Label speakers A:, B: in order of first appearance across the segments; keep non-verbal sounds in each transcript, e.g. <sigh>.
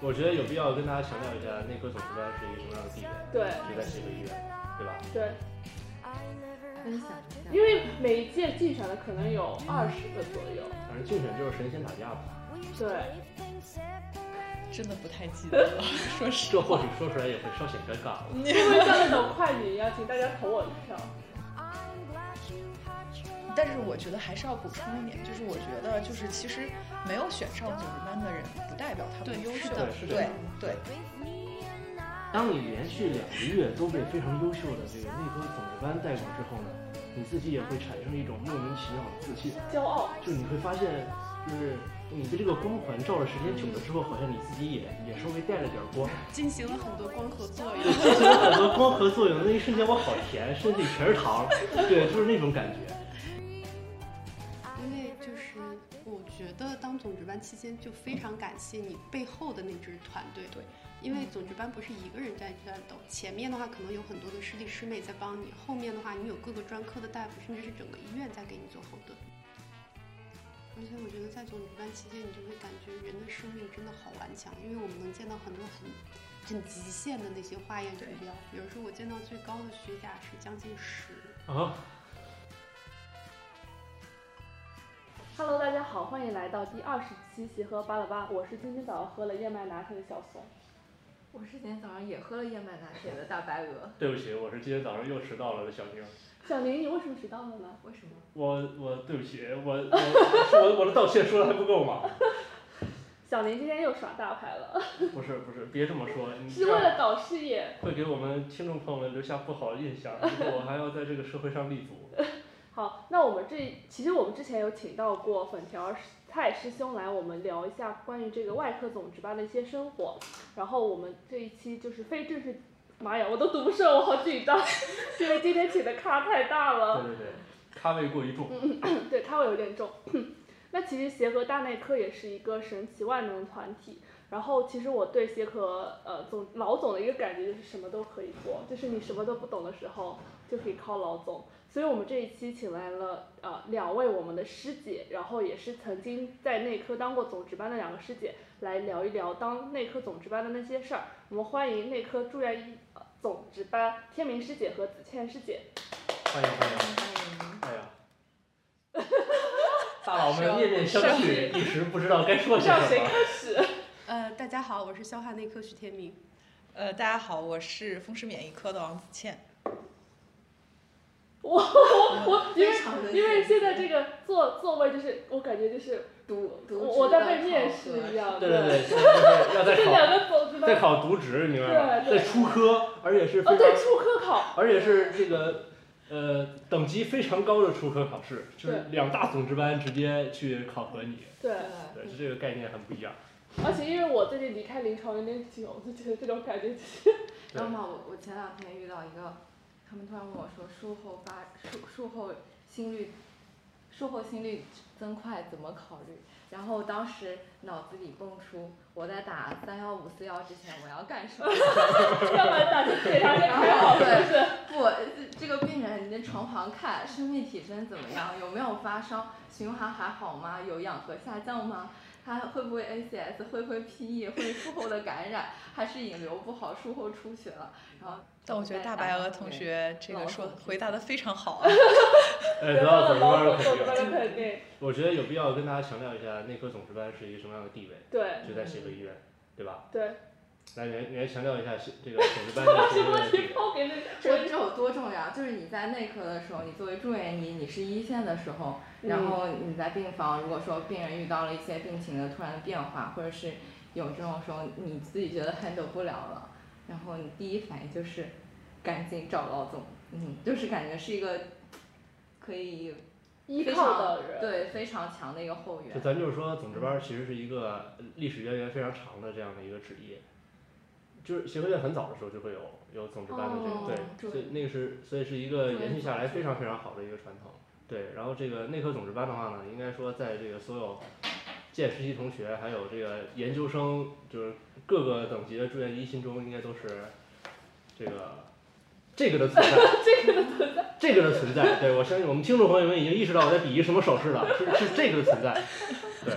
A: 我觉得有必要跟大家强调一下，内科总值班是一个什么呃样的地点，
B: 对
A: 就在协和医院，对吧？
B: 对，
C: 分享一下，
B: 因为每一届竞选的可能有二十个左右，
A: 反正竞选呃就是神仙打架吧，
B: 对，
D: 真的不太记得了， <laughs> 说实
A: 这
D: 话。
A: 或许说出来也会稍显尴尬。
B: 因为像那种快女一样，请大家投我一票。
D: 但是我觉得还是要补充一点，就是我觉得就是其实没有选上组织班的人，不代表他不优秀。
A: 对是的
D: 对对
A: 当你连续两个月都被非常优秀的这个内科总值班带过之后呢，你自己也会产生一种莫名其妙的自信，
B: 骄傲，
A: 就你会发现，就是嗯你的这个光环照了时间久了之后，好像你自己也也稍微带了点 <laughs> 光，
E: 进行了很多光合作用。
A: 进行了很多光合作用，那一瞬间我好甜，身体全是糖，对，就是那种感觉。
E: 因为就是我觉得当总值班期间就非常感谢你背后的那支团队，
D: 对，
E: 因为总值班不是一个人在战斗，前面的话可能有很多的师弟师妹在帮你，后面的话你有各个专科的大夫，甚至是整个医院在给你做后盾。而且我觉得在总值班期间，你就会感觉人的生命真的好顽强，因为我们能见到很多很很极限的那些化验指
D: 对
E: 标，比如说我见到最高的血钾是将近十，
A: 啊，
B: <laughs> Hello，大家好，欢迎来到第二十期协和巴拉巴，我是今天早上喝了燕麦拿铁的小怂。
C: 我是今天早上也喝了燕麦拿铁的大白鹅，
A: 对不起，我是今天早上又迟到了的小宁。
B: 小宁，你为什么迟到了呢？
C: 为什么？
A: 我我对不起，我我我我的道歉说的还不够吗？
B: 小宁今天又耍大牌了，
A: 不是不是，别这么说，你
B: 是
A: 这
B: 为
A: 样
B: 了搞事业。
A: 会给我们听众朋友们留下不好的印象，以后我还要在这个社会上立足。
B: 好，那我们这其实我们之前有请到过粉条蔡师兄来，我们聊一下关于这个外科总值班的一些生活。然后我们这一期就是非正式，妈呀，我都读不顺，我好紧张， <laughs> 因为今天请的咖太大了。
A: 对对对，咖位过于重。
B: 嗯对，咖位有点重。 <coughs> 那其实协和大内科也是一个神奇万能团体。然后其实我对协和呃总老总的一个感觉就是什么都可以做，就是你什么都不懂的时候就可以靠老总。所以我们这一期请来了呃两位我们的师姐，然后也是曾经在内科当过总值班的两个师姐，来聊一聊当内科总值班的那些事儿。我们欢迎内科住院医、呃总值班天明师姐和子倩师姐。
A: 欢迎欢迎，
C: 嗯，
A: 哎呀，
B: <laughs>
A: 大佬
B: 啊
A: 们面面相觑，一时不知道该说些什么。
B: 始？
E: 呃，大家好，我是消化内科徐天明。
D: 呃，大家好，我是风湿免疫科的王子倩。
B: 我我 <laughs> 我，因为
C: 非常的
B: 因为现在这个座座位就是，我感觉就是
C: 读
B: 我
C: 读
B: 我
C: 知
B: 在
C: 道
B: 被面
C: 考核
B: 试一样，
A: 对
B: <laughs>
A: 对对，现在就是要
B: 这
A: 再
B: 两
A: 考，
B: 个走知道
A: 再
B: 吗？
A: 考渎职，你明白吗？
B: 对对
A: 在出科，而且是
B: 哦，
A: 非常
B: 对，出科考，
A: 而且是这个呃等级非常高的出科考试，就是两大总值班直接去考核你，
B: 对，
C: 对
A: 对，就这个概念很不一样。
B: 而且因为我最近离开临床有点久，我就觉得这种感觉就是
C: 知道吗？我我前两天遇到一个，他们突然问我说，术后发术术后心率，术后心率增快怎么考虑？然后当时脑子里蹦出我在打三幺五四幺之前我要干什么？
B: 要不然打进检查先开好，是不是？
C: 不，这个病人你的床旁看生命体征怎么样？有没有发烧？循环还好吗？有氧合下降吗？他会不会 ACS？会不会 PE？会术后的感染？还是引流不好，术后出血了？然后
D: 但我觉得大白鹅同学这个说回答的非常好
C: <laughs>
D: 啊，
A: 哎，
B: 得
A: 得
B: 到
A: 到
B: 了
A: 总值班的肯
B: 老总总班
A: 定，
B: 的肯定，
A: 我觉得有必要跟大家强调一下内科总值班是一个什么样的地位，
B: 对
A: 就在协和医院，对吧？
B: 对。
A: 来，你来你来强调一下这个总值班在协和医院的
B: 这个问
A: 地
B: 题
A: 位。
B: 抛给那
C: 这
B: 个
C: 这有多重要？就是你在内科的时候，你作为住院医，你是一线的时候，然后你在病房，如果说病人遇到了一些病情的突然的变化，或者是有这种时候你自己觉得 handle 不了了，然后你第一反应就是赶紧找老总，嗯，就是感觉是一个可以
B: 依
C: 非
B: 靠
C: 常
B: 的人，
C: 对非常强的一个后
A: 就
C: 援。
A: 咱就是说，总值班其实是一个历史渊源非常长的这样的一个职业，就是协和医院很早的时候就会有有总值班的这个、
B: 哦
A: 对，所以那个是所以是一个延续下来非常非常好的一个传统。对，然后这个内科总值班的话呢，应该说在这个所有见实习同学还有这个研究生，就是各个等级的住院医心中应该都是这个 <laughs> 这个的存在。这个的存在，对我相信我们听众朋友们已经意识到我在鄙夷什么手势了，是是这个的存在。对，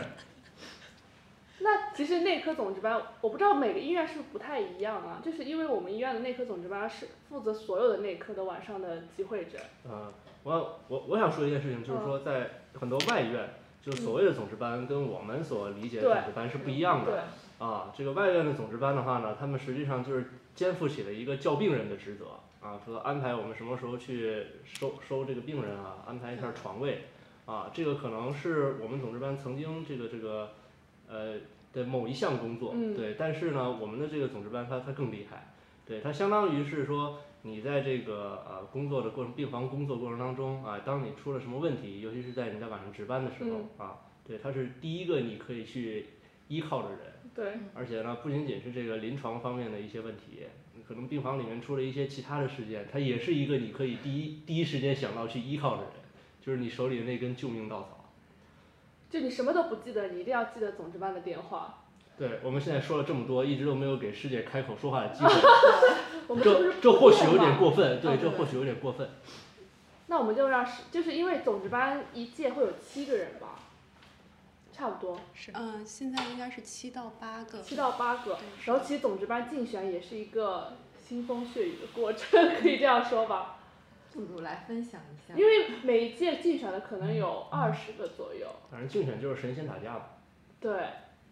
B: 那其实内科总值班，我不知道每个医院是不是不太一样啊，就是因为我们医院的内科总值班是负责所有的内科的晚上的集会诊。
A: 呃，我我我想说一件事情，就是说在很多外院，就是所谓的总值班跟我们所理解的总值班是不一样的
B: 对，
A: 啊。这个外院的总值班的话呢，他们实际上就是肩负起了一个叫病人的职责啊，说安排我们什么时候去收收这个病人啊，安排一下床位啊，这个可能是我们总值班曾经这个这个呃的某一项工作，
B: 嗯
A: 对。但是呢，我们的这个总值班它它更厉害，对，它相当于是说。你在这个呃工作的过程，病房工作过程当中啊，当你出了什么问题，尤其是在你在晚上值班的时候、啊，对，他是第一个你可以去依靠的人，
B: 对，
A: 而且呢，不仅仅是这个临床方面的一些问题，可能病房里面出了一些其他的事件，他也是一个你可以第一第一时间想到去依靠的人，就是你手里的那根救命稻草。
B: 就你什么都不记得，你一定要记得总值班的电话。
A: 对我们现在说了这么多，一直都没有给师姐开口说话的机会，
B: 我们哦是不是
A: 这这或许有点过分，
C: 对
A: 对，
C: 对
A: 这或许有点过分。
B: 那我们就让是，就是因为总值班一届会有七个人吧，差不多
D: 是
E: 嗯、现在应该是七到八个，
B: 七到八个
E: 对。是
B: 然后其实总值班竞选也是一个腥风血雨的过程， <laughs> 可以这样说吧。
C: 不如来分享一下，
E: 嗯
B: 因为每一届竞选的可能有二十个左右，
A: 反正竞选就是神仙打架吧。
B: 对，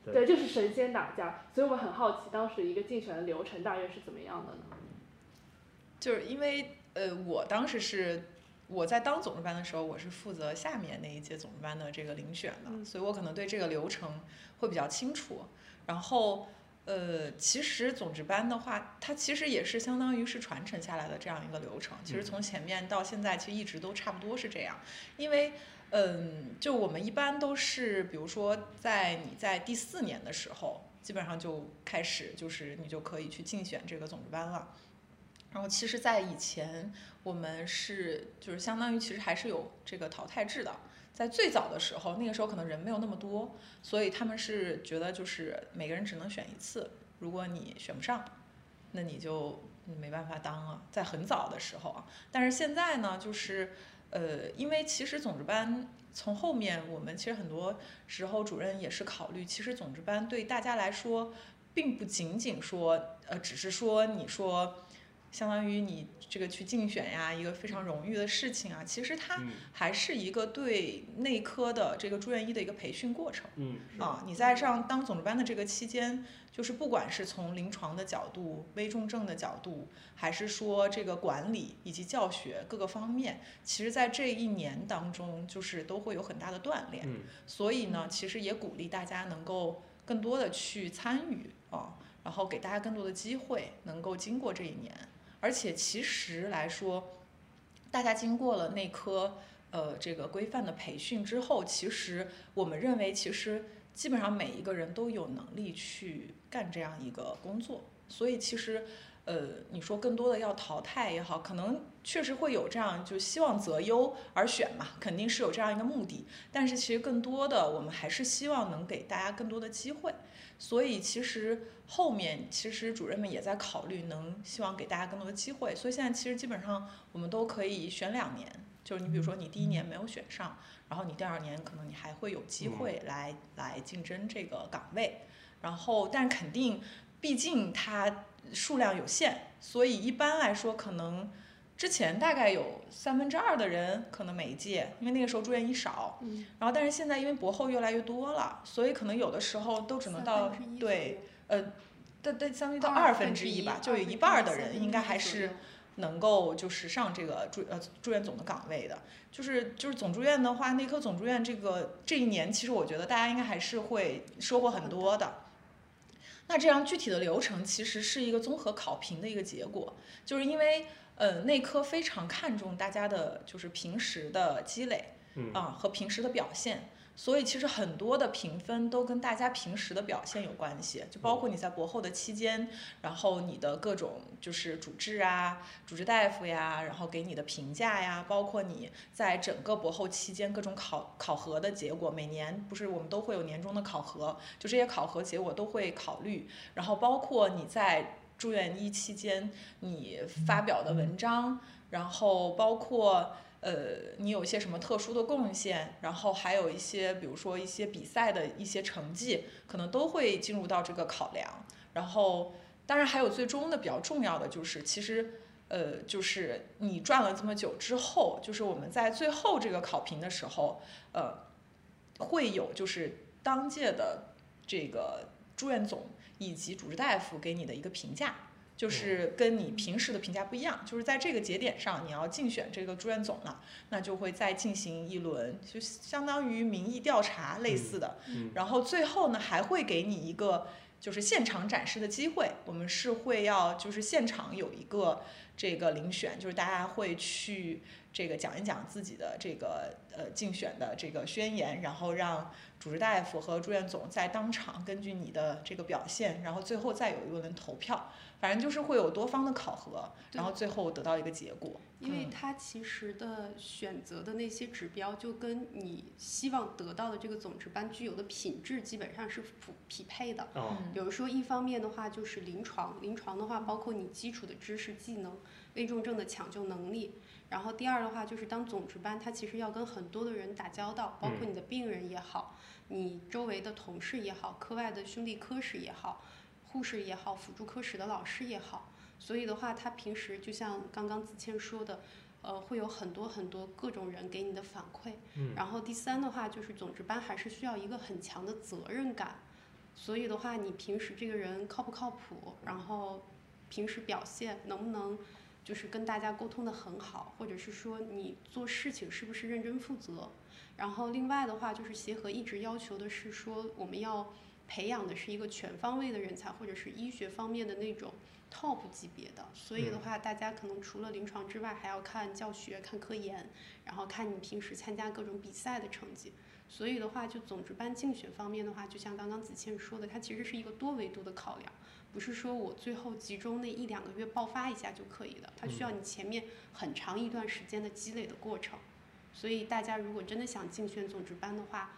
A: 对
B: 对，就是神仙打架，所以我很好奇当时一个竞选的流程大约是怎么样的呢？ <laughs>
D: 就是因为呃，我当时是我在当总值班的时候，我是负责下面那一届总值班的这个遴选的，
B: 嗯
D: 所以我可能对这个流程会比较清楚。然后呃，其实总值班的话，它其实也是相当于是传承下来的这样一个流程。其实
A: 嗯
D: 从前面到现在，其实一直都差不多是这样，因为。嗯，就我们一般都是，比如说在你在第四年的时候，基本上就开始，就是你就可以去竞选这个总值班了。然后其实，在以前我们是就是相当于其实还是有这个淘汰制的。在最早的时候，那个时候可能人没有那么多，所以他们是觉得就是每个人只能选一次，如果你选不上，那你就没办法当了。在很早的时候啊，但是现在呢，就是呃，因为其实总值班从后面我们其实很多时候主任也是考虑，其实总值班对大家来说，并不仅仅说呃，只是说你说。相当于你这个去竞选呀，一个非常荣誉的事情啊。其实它
A: 嗯
D: 还是一个对内科的这个住院医的一个培训过程。
A: 嗯，是
D: 啊，你在上当总值班的这个期间，就是不管是从临床的角度、危重症的角度，还是说这个管理以及教学各个方面，其实在这一年当中，就是都会有很大的锻炼。
A: 嗯
D: 所以呢，其实也鼓励大家能够更多的去参与啊，然后给大家更多的机会，能够经过这一年。而且其实来说，大家经过了内科呃这个规范的培训之后，其实我们认为，其实基本上每一个人都有能力去干这样一个工作。所以其实，呃，你说更多的要淘汰也好，可能确实会有这样，就希望择优而选嘛，肯定是有这样一个目的。但是其实更多的，我们还是希望能给大家更多的机会。所以其实后面其实主任们也在考虑，能希望给大家更多的机会。所以现在其实基本上我们都可以选两年，就是你比如说你第一年没有选上，然后你第二年可能你还会有机会来、来竞争这个岗位。然后但肯定，毕竟它数量有限，所以一般来说可能。之前大概有三分之二的人可能每一届，因为那个时候住院医少，
B: 嗯，
D: 然后但是现在因为博后越来越多了，所以可能有的时候都只能到
E: 三分之一
D: 对
E: 左右
D: 但但相当于到
E: 二
D: 二
E: 分
D: 分之一吧，就
E: 二
D: 有
E: 分
D: 一
E: 之
D: 半儿的
E: 三分
D: 人
E: 之
D: 应该
E: 一
D: 还
E: 左
D: 是
E: 右
D: 能够就是上这个住呃住院总的岗位的，就是就是总住院的话，内科总住院这个这一年，其实我觉得大家应该还是会收获很多的。那这样具体的流程其实是一个综合考评的一个结果，就是因为呃内科非常看重大家的就是平时的积累，
A: 嗯
D: 啊和平时的表现。所以其实很多的评分都跟大家平时的表现有关系，就包括你在博后的期间，然后你的各种就是主治啊、主治大夫呀，然后给你的评价呀，包括你在整个博后期间各种考考核的结果，每年不是我们都会有年终的考核，就这些考核结果都会考虑，然后包括你在住院医期间你发表的文章，然后包括呃，你有一些什么特殊的贡献，然后还有一些，比如说一些比赛的一些成绩，可能都会进入到这个考量。然后，当然还有最终的比较重要的就是，其实，呃，就是你转了这么久之后，就是我们在最后这个考评的时候，呃，会有就是当届的这个住院总以及主治大夫给你的一个评价。就是跟你平时的评价不一样，就是在这个节点上，你要竞选这个住院总了，那就会再进行一轮，就相当于民意调查类似的。
A: 嗯
D: 然后最后呢，还会给你一个就是现场展示的机会。我们是会要就是现场有一个这个遴选，就是大家会去这个讲一讲自己的这个呃竞选的这个宣言，然后让主治大夫和住院总在当场根据你的这个表现，然后最后再有一轮投票。反正就是会有多方的考核，
E: 对
D: 然后最后得到一个结果。
E: 因为
D: 嗯
E: 它其实的选择的那些指标，就跟你希望得到的这个总值班具有的品质基本上是符匹配
D: 嗯
E: 的。
A: 哦，
B: 嗯
E: 比如说，一方面的话就是临床，临床的话包括你基础的知识、技能、危重症的抢救能力。然后第二的话就是当总值班，他其实要跟很多的人打交道，包括你的病人也好，你周围的同事也好，科外的兄弟科室也好，护士也好，辅助科室的老师也好。所以的话，他平时就像刚刚子倩说的，呃，会有很多很多各种人给你的反馈。
A: 嗯
E: 然后第三的话，就是总值班还是需要一个很强的责任感。所以的话，你平时这个人靠不靠谱，然后平时表现能不能就是跟大家沟通的很好，或者是说你做事情是不是认真负责。然后另外的话，就是协和一直要求的是说，我们要培养的是一个全方位的人才，或者是医学方面的那种 top 级别的。所
D: 嗯
E: 以的话，大家可能除了临床之外，还要看教学、看科研，然后看你平时参加各种比赛的成绩。所以的话，就总值班竞选方面的话，就像刚刚子倩说的，它其实是一个多维度的考量，不是说我最后集中那一两个月爆发一下就可以的，它
D: 嗯
E: 需要你前面很长一段时间的积累的过程。所以大家如果真的想竞选总值班的话，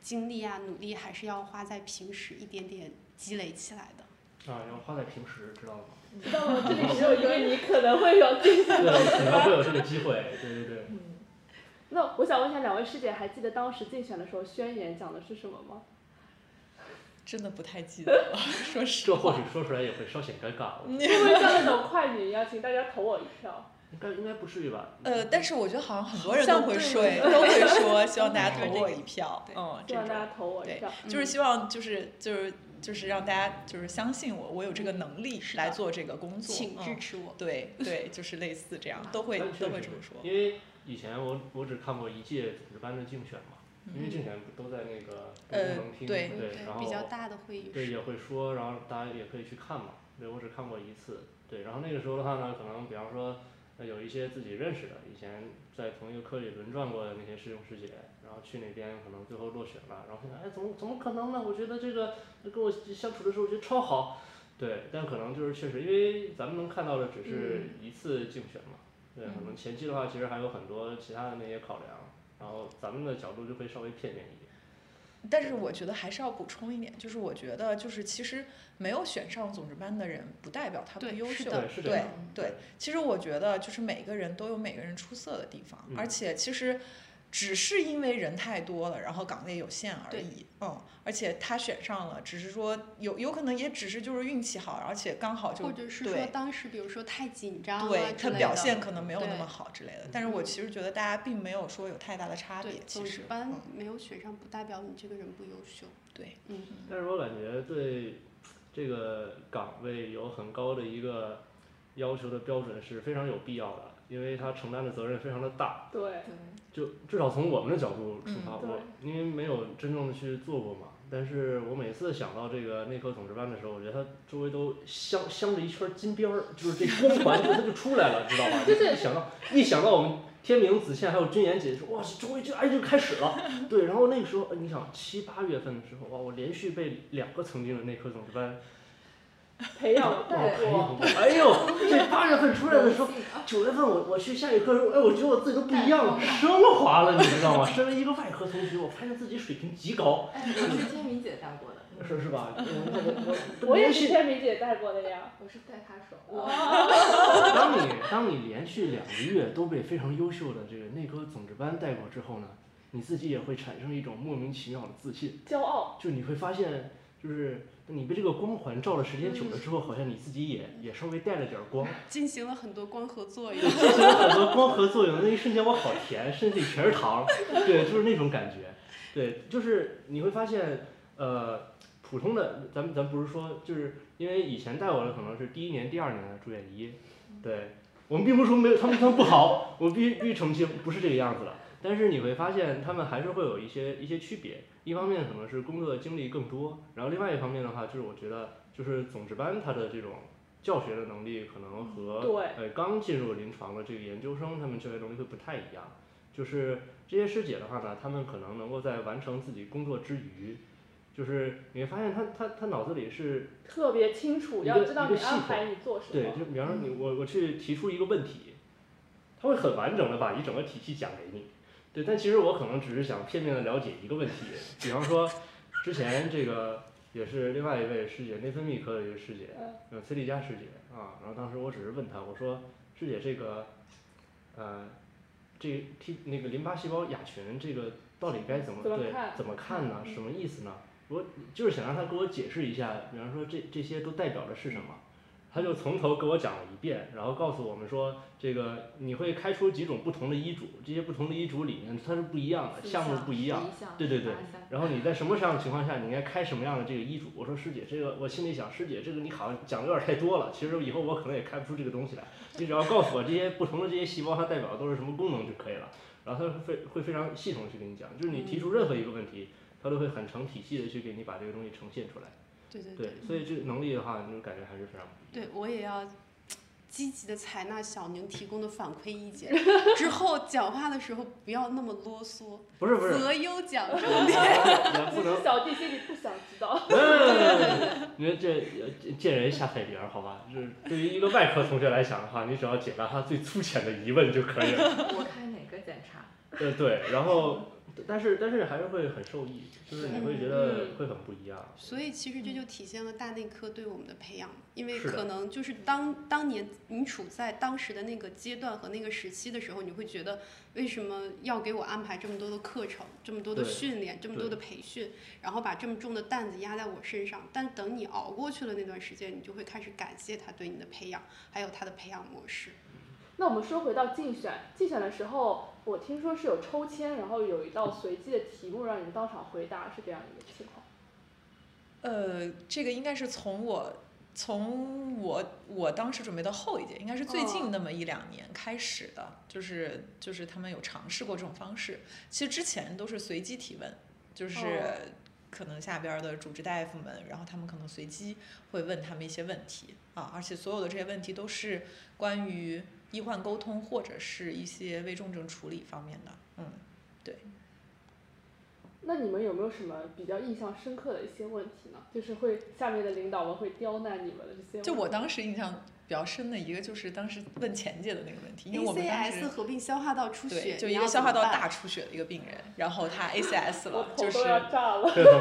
E: 精力啊、努力还是要花在平时一点点积累起来的。
A: 啊，要花在平时，知道吗？
B: 知道吗？这里只有一个你可能会有
A: 对，
B: 进
A: 可能会有这个机会，对对对。
B: 那我想问一下，两位师姐还记得当时竞选的时候宣言讲的是什么吗？ <laughs>
D: 真的不太记得了， <laughs> 说实
A: 这或
D: 话
A: 许。说出来也会稍显尴尬，
B: 会不会像那种快女一样，请大家投我一票？
A: 应该应该不至于吧？
D: 呃，但是我觉得好像很多人
B: 像
D: 都会
B: 对
D: 说，都
E: <laughs>
D: 会说，希望大家
E: 对
D: 投
E: 这
D: 我
E: 个
D: 一票，
E: 对
D: 嗯，
B: 希
D: 这
B: 望大
D: 种，
B: 家投我一票。
D: 就是
E: 嗯
D: 希望就是就是就是让大家就是相信我，我有这个能力
E: 是的
D: 来做这个工作，
E: 请支
D: 嗯，
E: 持我。
D: 对对，就是类似这样，都会
A: 但确
D: 都会
A: 实
D: 这么说，
A: 因为以前我我只看过一届组织班的竞选嘛，因为
D: 嗯
A: 竞选不都在那个
D: 呃
A: 北京能厅
D: 对
A: 然
E: 比较
A: 后
E: 大的会议
A: 对
E: 室，
A: 也会说，然后大家也可以去看嘛。对我只看过一次，对，然后那个时候的话呢，可能比方说呃有一些自己认识的，以前在同一个科里轮转过的那些师兄师姐，然后去那边可能最后落选了，然后想哎怎么怎么可能呢？我觉得这个跟我相处的时候我觉得超好，对，但可能就是确实因为咱们能看到的只是一次竞选嘛，对，可能前期的话其实还有很多其他的那些考量，然后咱们的角度就会稍微片面一点。
D: 但是我觉得还是要补充一点，就是我觉得就是其实没有选上总值班的人，不代表他不
E: 对
D: 优
E: 是
D: 秀，
E: 的
A: 对，是这
D: 对
A: 样。
D: 对，其实我觉得就是每个人都有每个人出色的地方，
A: 嗯
D: 而且其实只是因为人太多了，然后岗位有限而
E: 对
D: 已。嗯，而且他选上了，只是说有有可能也只是就是运气好，而且刚好就
E: 或者是说
D: 对
E: 当时比如说太紧张了
D: 对他
E: 之类
D: 表
E: 的
D: 现可能没有那
E: 对嗯
D: 么好之类的。但是我其实觉得大家并没有说有太大的差别
E: 对，，
D: 其
E: 总
D: 实
E: 值班
D: 嗯
E: 没有选上，不代表你这个人不优秀。
D: 对，
E: 嗯，
A: 但是我感觉对这个岗位有很高的一个要求的标准是非常有必要的，因为他承担的责任非常的大。
B: 对，
C: 对，
A: 就至少从我们的角度出
D: 嗯
A: 发，我因为没有真正的去做过嘛，但是我每次想到这个内科总值班的时候，我觉得他周围都镶镶着一圈金边儿，就是这光环就它就出来了，知道
B: <laughs>
A: 吧？
B: 对对
A: 一想到一想到我们天明、子倩还有君妍姐，说哇，这周围就哎就开始
B: <laughs>
A: 了，对。然后那个时候，呃你想七八月份的时候，哇，我连续被两个曾经的内科总值班
B: 培养我
A: 哇
B: 哎带
A: 培
B: 过。
A: 养过，哎呦，
B: <laughs>
A: 这八月份出来的时候。
B: 啊
A: 九月份我我去下一课的时候，哎，我觉得我自己都不一样了，升 <laughs> 华了，你知道吗？身为一个外科同学，我发现自己水平极高。
C: 哎，我是天明姐当过的，
A: 是是吧？我
B: <laughs> 我也
A: 连
B: 是
A: 续
B: 天明姐带过的呀。
C: 我是带他手，
A: 当你当你连续两个月都被非常优秀的这个内科总值班带过之后呢，你自己也会产生一种莫名其妙的自信，
B: 骄傲，
A: 就你会发现，就是你被这个光环照的时间久了之后，好像你自己也也稍微带了点儿光，
E: 进行了很多光合作用 <laughs>
A: 对，。进行了很多光合作用，那一瞬间我好甜，身体里全是糖，对，就是那种感觉，对，就是你会发现，呃，普通的，咱们咱不是说，就是因为以前带我的可能是第一年、第二年的住院医，对我们并不是说没有他们他们不好， <laughs> 我必须必须澄清，不是这个样子的。但是你会发现，他们还是会有一些一些区别。一方面可能是工作的经历更多，然后另外一方面的话，就是我觉得就是总值班他的这种教学的能力，可能和
B: 对
A: 呃，刚进入临床的这个研究生，他们就业能力会不太一样。就是这些师姐的话呢，她们可能能够在完成自己工作之余，就是你会发现她她她脑子里是
B: 特别清楚，
A: 一个
B: 要知道
A: 一
B: 你
A: 个系
B: 安排你做什
A: 对，
B: 么。
A: 就比方说你
B: 嗯
A: 我我去提出一个问题，他会很完整的把一整个体系讲给你。对，但其实我可能只是想片面的了解一个问题，比方说之前这个也是另外一位师姐，内分泌科的一个师姐，
B: 嗯
A: 呃，崔丽佳师姐啊，然后当时我只是问她，我说师姐这个，呃，这 T 那个淋巴细胞亚群这个到底该怎么
B: 怎么
A: 对
B: 看嗯
A: 怎么看呢？什么意思呢？我就是想让她给我解释一下，比方说这这些都代表的是什么。她就从头给我讲了一遍，然后告诉我们说，这个你会开出几种不同的医嘱，这些不同的医嘱里面它是不一样的，项目不一样，对对对然后你在什么样的情况下，你应该开什么样的这个医嘱？我说师姐，这个我心里想，师姐这个你好像讲的有点太多了，其实以后我可能也开不出这个东西来。你只要告诉我这些不同的这些细胞它代表的都是什么功能就可以了。然后他会会非常系统地去给你讲，就是你提出任何一个问题，他都会很成体系的去给你把这个东西呈现出来。
E: 对对对
A: 对，所以这个能力的话，你就感觉还是非常不一样。
E: 对，我也要积极的采纳小宁提供的反馈
D: <laughs>
E: 意见，之后讲话的时候不要那么啰嗦，
A: 不是不是，
E: 择优讲重点。
A: 也不
B: 只
A: 能
B: 是小弟心里不想知道，
A: 你说这呃见人下菜碟儿，好吧？就是对于一个外科同学来讲的话，你只要解答他最粗浅的疑问就可以了。
C: 我开哪个检查？
A: 呃，对，然后但是但是还是会很受益，就是你会觉得
B: 嗯
A: 会很不一样。
E: 所以其实
D: 嗯
E: 这就体现了大内科对我们的培养，因为
A: 是的
E: 可能就是当当年你处在当时的那个阶段和那个时期的时候，你会觉得为什么要给我安排这么多的课程、这么多的
A: 对
E: 训练、这么多的培训，然后把这么重的担子压在我身上。但等你熬过去了那段时间，你就会开始感谢他对你的培养，还有他的培养模式。
B: 那我们说回到竞选，竞选的时候，我听说是有抽签，然后有一道随机的题目让你们当场回答，是这样一个情况。
D: 呃，这个应该是从我从我我当时准备到后一届，应该是最
B: 哦
D: 近那么一两年开始的，就是就是他们有尝试过这种方式。其实之前都是随机提问，就是
B: 哦
D: 可能下边儿的主治大夫们，然后他们可能随机会问他们一些问题啊，而且所有的这些问题都是关于医患沟通或者是一些危重症处理方面的，嗯。
B: 那你们有没有什么比较印象深刻的一些问题呢？就是会下面的领导们会刁难你们的这些问题。
D: 就我当时印象比较深的一个，就是当时问前届的那个问题，因为我们当
E: ACS
D: 时
E: 合并消化道出血，
D: 对，就
E: 你
D: 一
E: 要
D: 个消化
E: 怎
D: 道
E: 么
D: 大
E: 办
D: 出血的一个病人，然后
E: <laughs>
D: 他 ACS
B: 我
D: 了，
B: 头
D: 就是
B: 都要
C: <laughs>
B: 炸了。
A: 这什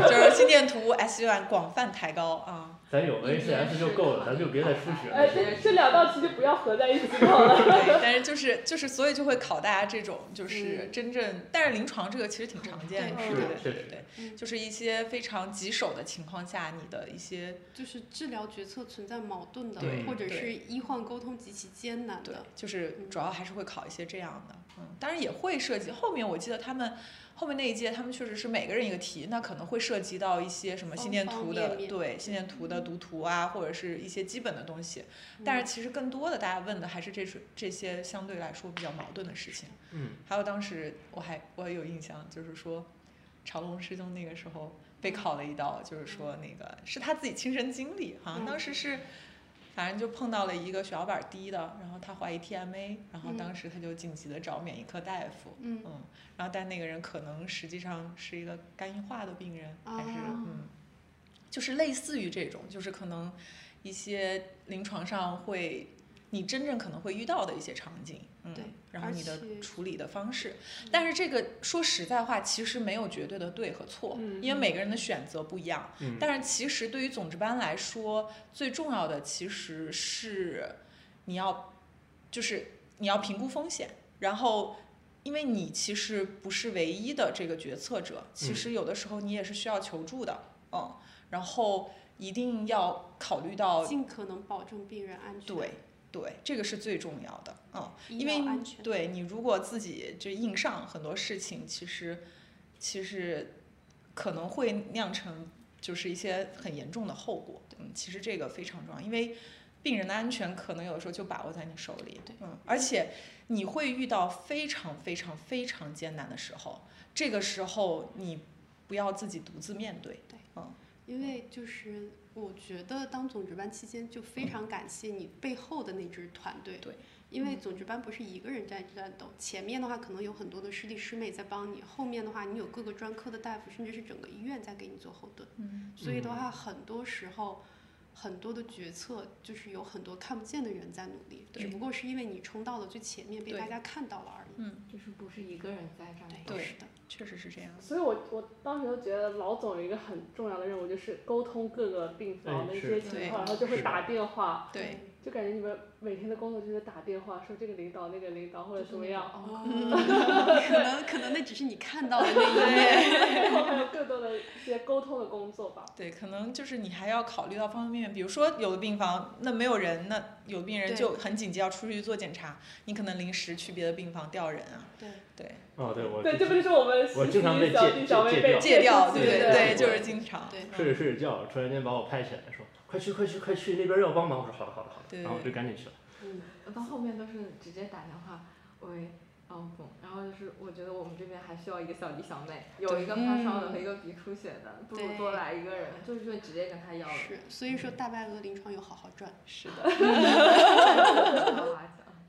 A: 么？
D: 就是心电图 S 段广泛抬高
E: <laughs>
D: 啊，
A: 咱有哎 ACS 就够了，咱就别再出血
B: 哎，
A: 了。
B: 这这两道题就不要合在一起就
C: <laughs>
B: 好了。
D: 对，但是就是就是所以就会考大家这种就是真正，但是临床这个其实挺常见
E: 嗯对
D: 的，
E: 是
D: 对对
E: 的
D: 对
A: 是
D: 对
E: 嗯
D: 对，就是一些非常棘手的情况下，你的一些
E: 就是治疗决策存在矛盾的
A: 对，
E: 或者
D: 对
E: 是医患沟通极其艰难
D: 对
E: 的。，
D: 就是
E: 嗯
D: 主要还是会考一些这样的，嗯，当然也会涉及后面，我记得他们后面那一届，他们确实是每个人一个题，那可能会涉及到一些什么心
E: 方
D: 电
E: 方
D: 图
E: 面
D: 的，
E: 面嗯
D: 对心电图的读图啊，或者是一些基本的东西，但是其实更多的大家问的还是这是这些相对来说比较矛盾的事情。
A: 嗯，
D: 还有当时我还我有印象，就是说长龙师兄那个时候被考了一道，就是说那个是他自己亲身经历，好
E: 嗯
D: 像当时是。反正就碰到了一个血小板低的，然后他怀疑 TMA，然后
E: 嗯
D: 当时他就紧急的找免疫科大夫，
E: 嗯，
D: 嗯，然后但那个人可能实际上是一个肝硬化的病人，还是
E: 哦
D: 嗯，就是类似于这种，就是可能一些临床上会你真正可能会遇到的一些场景，嗯，
E: 对
D: 然后你的
E: 而且嗯
D: 处理的方式。但是这个说实在话，其实没有绝对的对和错，
B: 嗯
D: 因为每个人的选择不一样。
A: 嗯，
D: 但是其实对于总值班来说，最重要的其实是你要，就是你要评估风险，然后。因为你其实不是唯一的这个决策者，其实有的时候你也是需要求助的，嗯，然后一定要考虑到，
E: 尽可能保证病人安全，
D: 哦对对，这个是最重要的，嗯，
E: 医
D: 因为
E: 疗安全。
D: 对你如果自己就硬上很多事情，其实其实可能会酿成就是一些很严重的后果。嗯，其实这个非常重要，因为病人的安全可能有的时候就把握在你手里。
E: 对，
D: 嗯，而且你会遇到非常非常非常艰难的时候，这个时候你不要自己独自面对。
E: 因为就是我觉得当总值班期间就非常感谢你背后的那支团队，
D: 对，
E: 因为总值班不是一个人在战斗，前面的话可能有很多的师弟师妹在帮你，后面的话你有各个专科的大夫，甚至是整个医院在给你做后盾，
D: 嗯，
E: 所以的话很多时候。很多的决策就是有很多看不见的人在努力，
D: 对
E: 只不过是因为你冲到了最前面，被
D: 对
E: 大家看到了而已。
C: 就是不是一个人在战斗。
E: 对，
D: 对
E: 是的，
D: 确实是这样。
B: 所以我我当时就觉得老总有一个很重要的任务，就是沟通各个病房的
A: 对
B: 一
A: 哎是
B: 些
E: 对
B: 情况，然后就是会
A: 的
B: 打电话，
D: 对，
B: 就感觉你们每天的工作就是打电话，说这个领导那个领导或者怎么样，
C: <laughs> 哦，
E: 嗯，可能可能那只是你看到的那一面。
B: 然后还有更多的一些沟通的工作吧。
D: 对，可能就是你还要考虑到方方面面，比如说有的病房那没有人，那有的病人
E: 对
D: 就很紧急要出去做检查，你可能临时去别的病房调人啊，
E: 对，
D: 对，
A: 哦，对我
B: 对，这不就是我们实
A: 我
B: 习
A: 经常被
B: 小
A: 借
B: 弟
A: 借
B: 小妹
A: 借
B: 被
A: 调
D: 借调，
B: 出
D: 对
B: 去
A: 对
B: 的
D: 对，
A: 对
D: 就是经常，
E: 对
A: 睡着睡着觉，突然间把我拍起来，说快去快去
B: 嗯
A: 快去，那边要帮忙。我说好了好了好了，
D: 对
A: 然后我就赶紧去了。
E: 嗯，
C: 到后面都是直接打电话喂老总，然后就是我觉得我们这边还需要一个小弟小妹，有一个发烧的和一个鼻出血的，不如
E: 对
C: 多来一个人，就是会直接跟他要了。
E: 是，所以说大白鹅临床有好好赚。
D: 是的，
B: <laughs>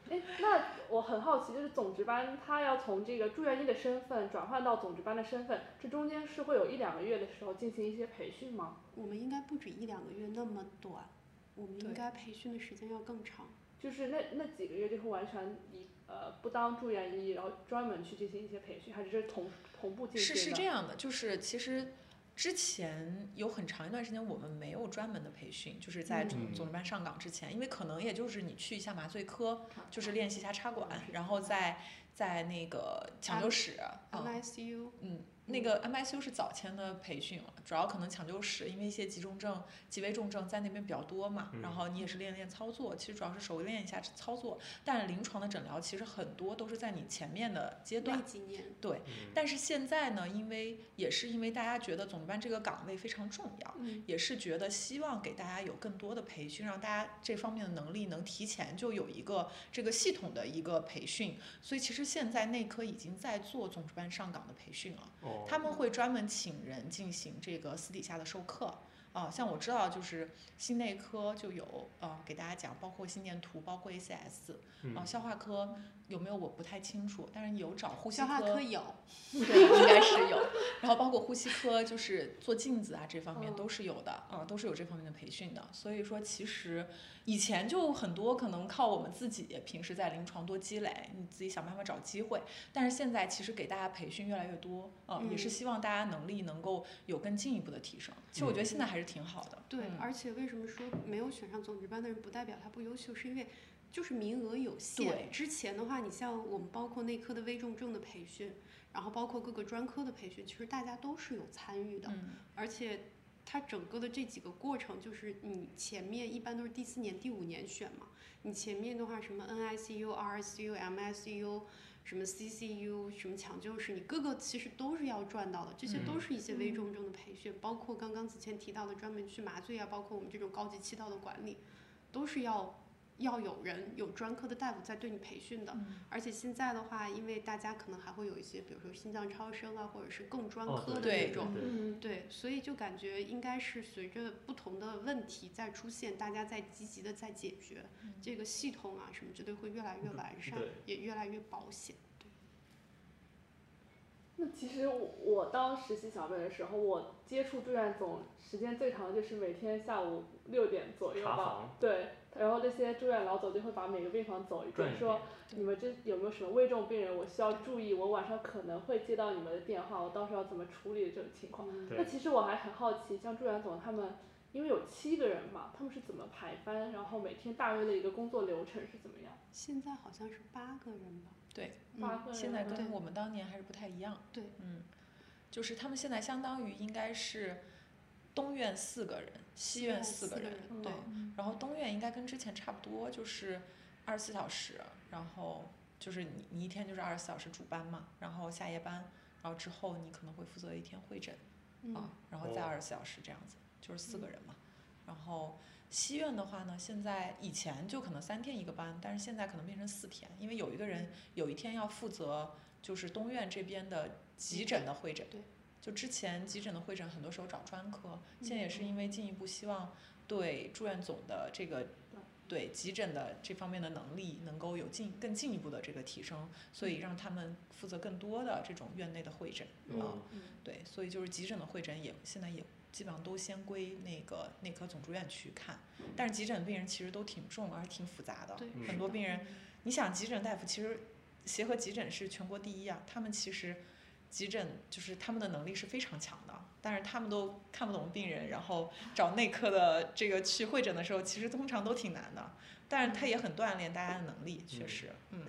B: 哎，那我很好奇，就是总值班他要从这个住院医的身份转换到总值班的身份，这中间是会有一两个月的时候进行一些培训吗？
E: 我们应该不止一两个月那么短，我们应
D: 对
E: 该培训的时间要更长。
B: 就是那那几个月就是完全以呃不当住院医，然后专门去进行一些培训，还是这同同步进行
D: 是
B: 的？
D: 是这样的，就是其实。之前有很长一段时间，我们没有专门的培训，就是在总
A: 嗯
D: 总值班上岗之前，因为可能也就是你去一下麻醉科，就是练习一下插管，然后再在那个抢救室，嗯
E: NICU
D: 嗯，那个 MSU 是早前的培训了，主要可能抢救室，因为一些急重症、急危重症在那边比较多嘛，然后你也是练练操作，其实主要是熟练一下操作，但临床的诊疗其实很多都是在你前面的阶
E: 那
D: 段。
E: 几年，
A: 嗯
D: 但是现在呢，因为也是因为大家觉得总班这个岗位非常重要，
E: 嗯，
D: 也是觉得希望给大家有更多的培训，让大家这方面的能力能提前就有一个这个系统的一个培训，所以其实现在内科已经在做总值班上岗的培训了。
A: 哦，
D: 他们会专门请人进行这个私底下的授课。啊，像我知道就是心内科就有，呃，给大家讲，包括心电图，包括 ACS，
A: 嗯
D: 啊，消化科有没有我不太清楚，但是有找呼吸
E: 消化科
D: 科，
E: 有，
D: <laughs> 对，应该是有，然后包括呼吸科就是做镜子啊这方面
B: 嗯
D: 都是有的，啊、都是有这方面的培训的。所以说其实以前就很多可能靠我们自己平时在临床多积累，你自己想办法找机会，但是现在其实给大家培训越来越多，啊、也是
E: 嗯
D: 希望大家能力能够有更进一步的提升。其实我觉得现
E: 嗯
D: 在还是挺好的，
E: 对，
D: 嗯
E: 而且为什么说没有选上总值班的人不代表他不优秀，是因为就是名额有
D: 对
E: 限。之前的话，你像我们包括内科的危重症的培训，然后包括各个专科的培训，其实大家都是有参与的。
D: 嗯，
E: 而且它整个的这几个过程，就是你前面一般都是第四年、第五年选嘛，你前面的话什么 NICU、RSU、MSU。什么 CCU，什么抢救室，你各个其实都是要赚到的，这些都是一些危重症的培训，包括刚刚子倩提到的专门去麻醉啊，包括我们这种高级气道的管理，都是要要有人有专科的大夫在对你培训的。
D: 嗯
E: 而且现在的话，因为大家可能还会有一些，比如说心脏超声啊，或者是更专
A: 哦
E: 科的
D: 对
E: 那种，
A: 对
B: 嗯，
E: 对，所以就感觉应该是随着不同的问题在出现，大家在积极的在解决、
D: 嗯
E: 这个系统啊
A: 嗯
B: 嗯
E: 什么之类会越来越完善
A: 对，
E: 也越来越保险。对，
B: 那其实我我当实习小妹的时候，我接触住院总时间最长的就是每天下午六点左右
A: 查
B: 吧。
A: 房
B: 对，然后那些住院老总就会把每个病房走一
A: 转
B: 遍，
A: 一
B: 说
A: 遍，
B: 你们这有没有什么危重病人，我需要注意，我晚上可能会接到你们的电话，我到时候要怎么处理这种情况。
E: 嗯
A: 对
B: 那其实我还很好奇，像住院总他们，因为有七个人嘛，他们是怎么排班，然后每天大约的一个工作流程是怎么样？
E: 现在好像是八个人吧？
D: 对，
B: 八
E: 嗯，
B: 个人
D: 现在
B: 吗
E: 对
D: 跟我们当年还是不太一样。
E: 对，
D: 嗯，就是他们现在相当于应该是东院四个人，西院四
E: 四
D: 个
E: 个
D: 人，
E: 人
D: 对
E: 嗯。
D: 然后东院应该跟之前差不多，就是二十四小时，然后就是你你一天就是二十四小时主班嘛，然后下夜班，然后之后你可能会负责一天会诊。啊
E: 嗯，，
D: 然后再
A: 哦
D: 二十四小时这样子，就是四个人嘛。然后西院的话呢，现在以前就可能三天一个班，但是现在可能变成四天，因为有一个人有一天要负责就是东院这边的急诊的会诊。
E: 对。
D: 就之前急诊的会诊很多时候找专科，
E: 嗯
D: 现在也是因为进一步希望对住院总的这个。对急诊的这方面的能力能够有进更进一步的这个提升，所以让他们负责更多的这种院内的会诊。
A: 嗯，
D: 对，所以就是急诊的会诊也现在也基本上都先归那个内科总住院去看，但是急诊病人其实都挺重而挺复杂的。
E: 对，
A: 嗯
E: 是
D: 很多
E: 的
D: 病人，你想急诊大夫其实协和急诊是全国第一啊，他们其实急诊就是他们的能力是非常强的，但是他们都看不懂病人，然后找内科的这个去会诊的时候，其实通常都挺难的，但是他也很锻炼大家的能力，确
A: 嗯
D: 实，嗯。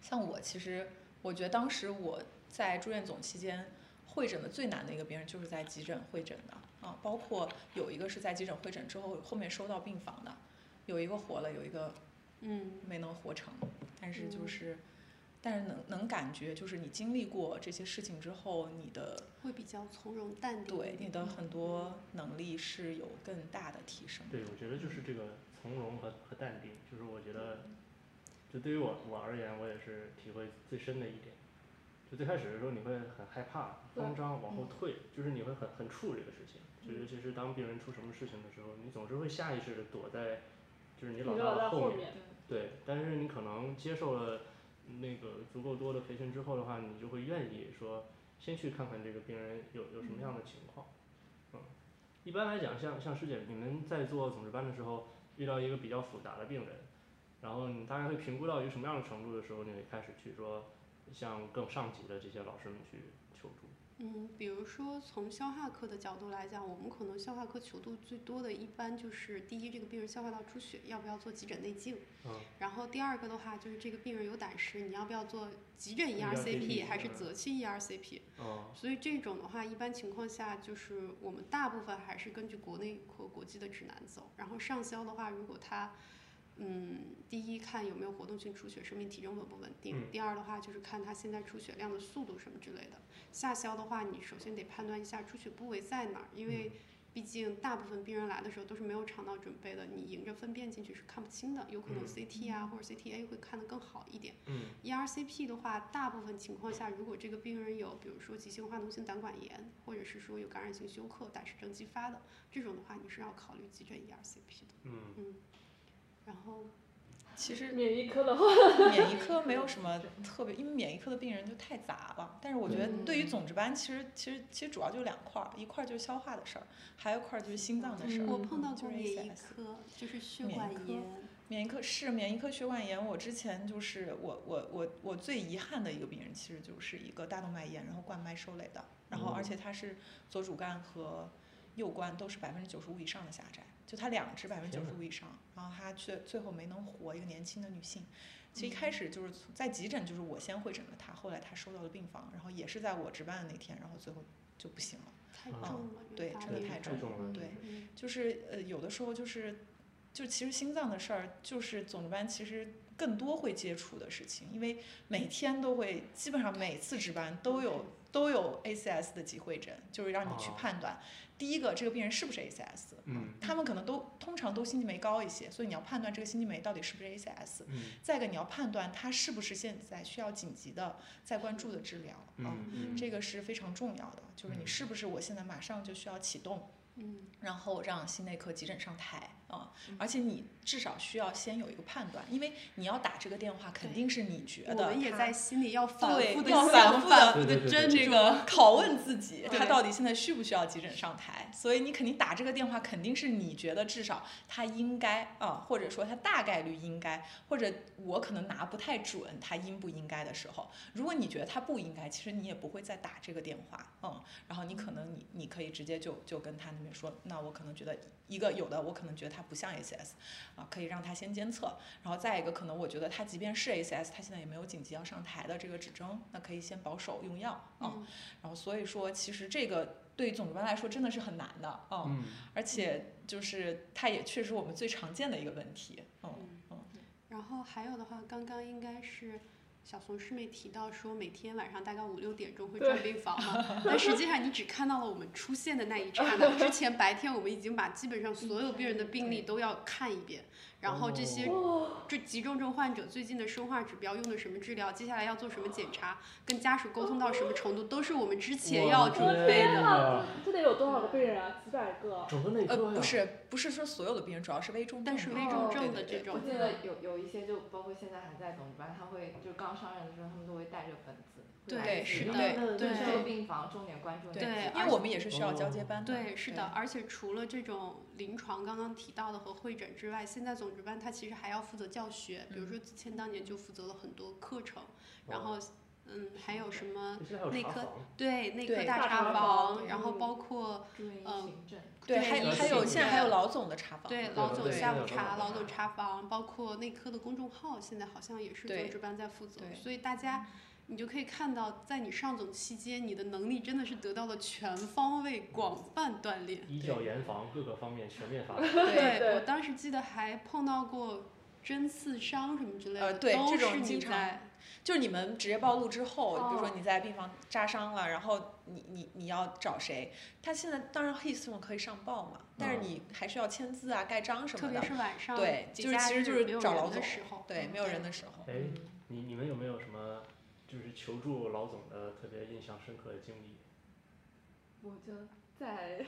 D: 像我其实，我觉得当时我在住院总期间。会诊的最难的一个病人就是在急诊会诊的啊，包括有一个是在急诊会诊之后后面收到病房的，有一个活了，有一个
E: 嗯，
D: 没能活成，但是就
B: 嗯
D: 是，但是能能感觉，就是你经历过这些事情之后，你的
E: 会比较从容淡定一
D: 对你
E: 点。
D: 的很多能力是有更大的提升。
A: 对，我觉得就是这个从容和和淡定，就是我觉得，就对于我我而言，我也是体会最深的一点。就最开始的时候，你会很害怕、
B: 对嗯
A: 慌张，往后退，就是你会很很怵这个事情。就尤其是当病人出什么事情的时候，你总是会下意识的躲在，就是你
B: 你
A: 老
B: 知
A: 大
B: 道在
A: 的后
B: 后
A: 面。
B: 面，
A: 对，但是你可能接受了那个足够多的培训之后的话，你就会愿意说先去看看这个病人有有什么样的情况。嗯，一般来讲，像像师姐，你们在做总值班的时候，遇到一个比较复杂的病人，然后你大概会评估到一个什么样的程度的时候，你会开始去说向更上级的这些老师们去求助。
E: 嗯，比如说从消化科的角度来讲，我们可能消化科求助最多的一般就是第一，这个病人消化道出血，要不要做急诊内镜？
A: 嗯，
E: 然后第二个的话就是这个病人有胆石，你要不要做急诊 E
A: ERCP
E: ERCP 还是
D: 嗯
E: 择期 ERCP？
A: 哦，
E: 所以这种的话，一般情况下就是我们大部分还是根据国内和国际的指南走。然后上消的话，如果他嗯，第一看有没有活动性出血，说明体征稳不稳定；
A: 嗯
E: 第二的话就是看他现在出血量的速度什么之类的。下消的话，你首先得判断一下出血部位在哪儿，因为
A: 嗯
E: 毕竟大部分病人来的时候都是没有肠道准备的，你迎着粪便进去是看不清的，有可能
A: 嗯
E: CT 啊或者 CTA 会看得更好一点。
A: 嗯
E: E ERCP 的话，大部分情况下，如果这个病人有，比如说急性化脓性胆管炎，或者是说有感染性休克、胆石症激发的这种的话，你是要考虑急诊 E ERCP 的。
A: 嗯，
E: 然后，
D: 其实
B: 免疫科的话，
D: 免疫科没有什么特别，因为免疫科的病人就太杂了。但是我觉得对于总值班，其实其实其实主要就两块儿，一块儿就是消化的事儿，还有一块儿就是心脏的事儿。
E: 我碰到
D: 就
E: 过
D: 是
E: 免疫
D: ACS
E: 科，就是血
D: 免疫
E: 管
D: 科
E: 炎，
D: 免疫科是免疫科血管炎，我之前就是我我我我最遗憾的一个病人，其实就是一个大动脉炎，然后冠脉受累的，然后
A: 哦
D: 而且他是左主干和右冠都是百分之九十五以上的狭窄，就他两只百分之九
A: 天
D: 十
A: 哪
D: 五以上，然后他却最后没能活，一个年轻的女性。其实一开
A: 嗯
D: 始就是从在急诊，就是我先会诊的他，后来他收到了病房，然后也是在我值班的那天，然后最后就不行了。
E: 太
A: 啊
E: 重了，
D: 嗯对
E: 原
D: 这
E: 发
A: 这
D: 个
E: 病
D: 太
A: 太重了。
D: 对，
E: 嗯
D: 就是呃，有的时候就是，就其实心脏的事儿，就是总值班其实更多会接触的事情，因为每天都会，基本上每次值班都有都有 ACS 的急会诊，就是让你去
A: 哦
D: 判断，第一个这个病人是不是 ACS，
A: 嗯
D: 他们可能都通常都心肌酶高一些，所以你要判断这个心肌酶到底是不是 ACS，
A: 嗯
D: 再一个你要判断他是不是现在需要紧急的在关注的治疗啊。
A: 嗯嗯，
D: 这个是非常重要的，就是你
A: 嗯
D: 是不是我现在马上就需要启动，
E: 嗯，
D: 然后让心内科急诊上台啊、啊、而且你至少需要先有一个判断，因为你要打这个电话，肯定是你觉
E: 我
D: 得
E: 们也
D: 他
E: 在心里要反
D: 对
E: 复的
D: 要反复地
A: 对对对
E: 真
A: 对
D: 这个拷问自己，
E: 对
D: 他到底现在需不需要急诊上台？所以你肯定打这个电话，肯定是你觉得至少他应该啊、或者说他大概率应该，或者我可能拿不太准他应不应该的时候，如果你觉得他不应该，其实你也不会再打这个电话，嗯，然后你可能你你可以直接就就跟他那边说，那我可能觉得一个有的我可能觉得他不像 ACS 啊，可以让他先监测，然后再一个，可能我觉得他即便是 ACS，他现在也没有紧急要上台的这个指征，那可以先保守用药啊、
E: 嗯
D: 然后所以说，其实这个对总值班来说真的是很难的啊、
A: 嗯，
D: 而且就是它也确实我们最常见的一个问题。
A: 哦
D: 嗯，
E: 然后还有的话，刚刚应该是小怂师妹提到说，每天晚上大概五六点钟会
C: 对
E: 转病房嘛，但实际上你只看到了我们出现的那一刹那，之前白天我们已经把基本上所有病人的病例都要看一遍，然后这
A: 哦
E: 些
C: 哇，
E: 这急重症患者最近的生化指标用的什么治疗，接下来要做什么检查，跟家属沟通到什么程度，都是我们之前要准备
C: 天
E: 的。
C: 呐，这得有多少个病人啊？几百个？
A: 整个内
D: 呃，
A: 科呀，哦
D: 不是不是说所有的病人，主要是危重症嘛，
E: 但是危
C: 哦
E: 重症
D: 对
E: 的
D: 对对
E: 这种
B: 我，记得有有一些就包括现在还在总值班，他会就刚上任的时候，他们都会带着本子。
E: 对
B: 会来一
D: 是
B: 起
D: 的
B: 对
A: 对
E: 对
B: 这个病房重点关注哪
E: 对
B: 些
E: 对
D: 因为我们也是需要交接班的。
E: 对，是的
D: 嗯对，
E: 而且除了这种临床刚刚提到的和会诊之外，现在总值班他其实还要负责教学，比如说子谦当年就负责了很多课程，然后嗯，还有什么
A: 这还有
E: 内
A: 查
E: 科
A: 房，
E: 对内科
D: 对
E: 大
C: 大
E: 查
C: 查
E: 房，
C: 房
E: 然后
C: 嗯
E: 包括
B: 注意
E: 嗯
B: 行政。
D: 对，
E: 对
D: 还
A: 一
D: 还有
A: 系
D: 现在还有
E: 列
D: 老总的查房。
E: 对
A: 对
E: 老
A: 对
E: 总
A: 对
E: 下
A: 现
E: 午
A: 在有老
E: 茶、
A: 总
E: 老
A: 查
E: 总查房，包括内科的公众号，现在好像也是
D: 对
E: 总值班在负责
D: 对，
E: 所以大家。你就可以看到，在你上总期间，你的能力真的是得到了全方位、广泛锻炼。
A: 医教研防各个方面全面发展。
E: 对
C: 对
E: 我当时记得还碰到过针刺伤什么之类的，
D: 呃对
E: 都
D: 这种
E: 是你
D: 经常
E: 在
D: 就是你们职业暴露之后，
C: 哦
D: 比如说你在病房扎伤了，然后你你你要找谁？他现在当然 HIS 这种可以上报嘛，但是你还是要签字啊、盖章什
E: 嗯特
D: 么
E: 别
D: 的。
E: 是晚上
D: 对
E: 节
D: 就是
E: 假
D: 其实
E: 日
D: 就是
E: 没有
D: 找
E: 人
D: 老
E: 的
D: 总
E: 时候，
D: 对，没有人的时候。
A: 哎，你你们有没有什么就是求助老总的特别印象深刻的经历？
B: 我就
E: <laughs>
B: 再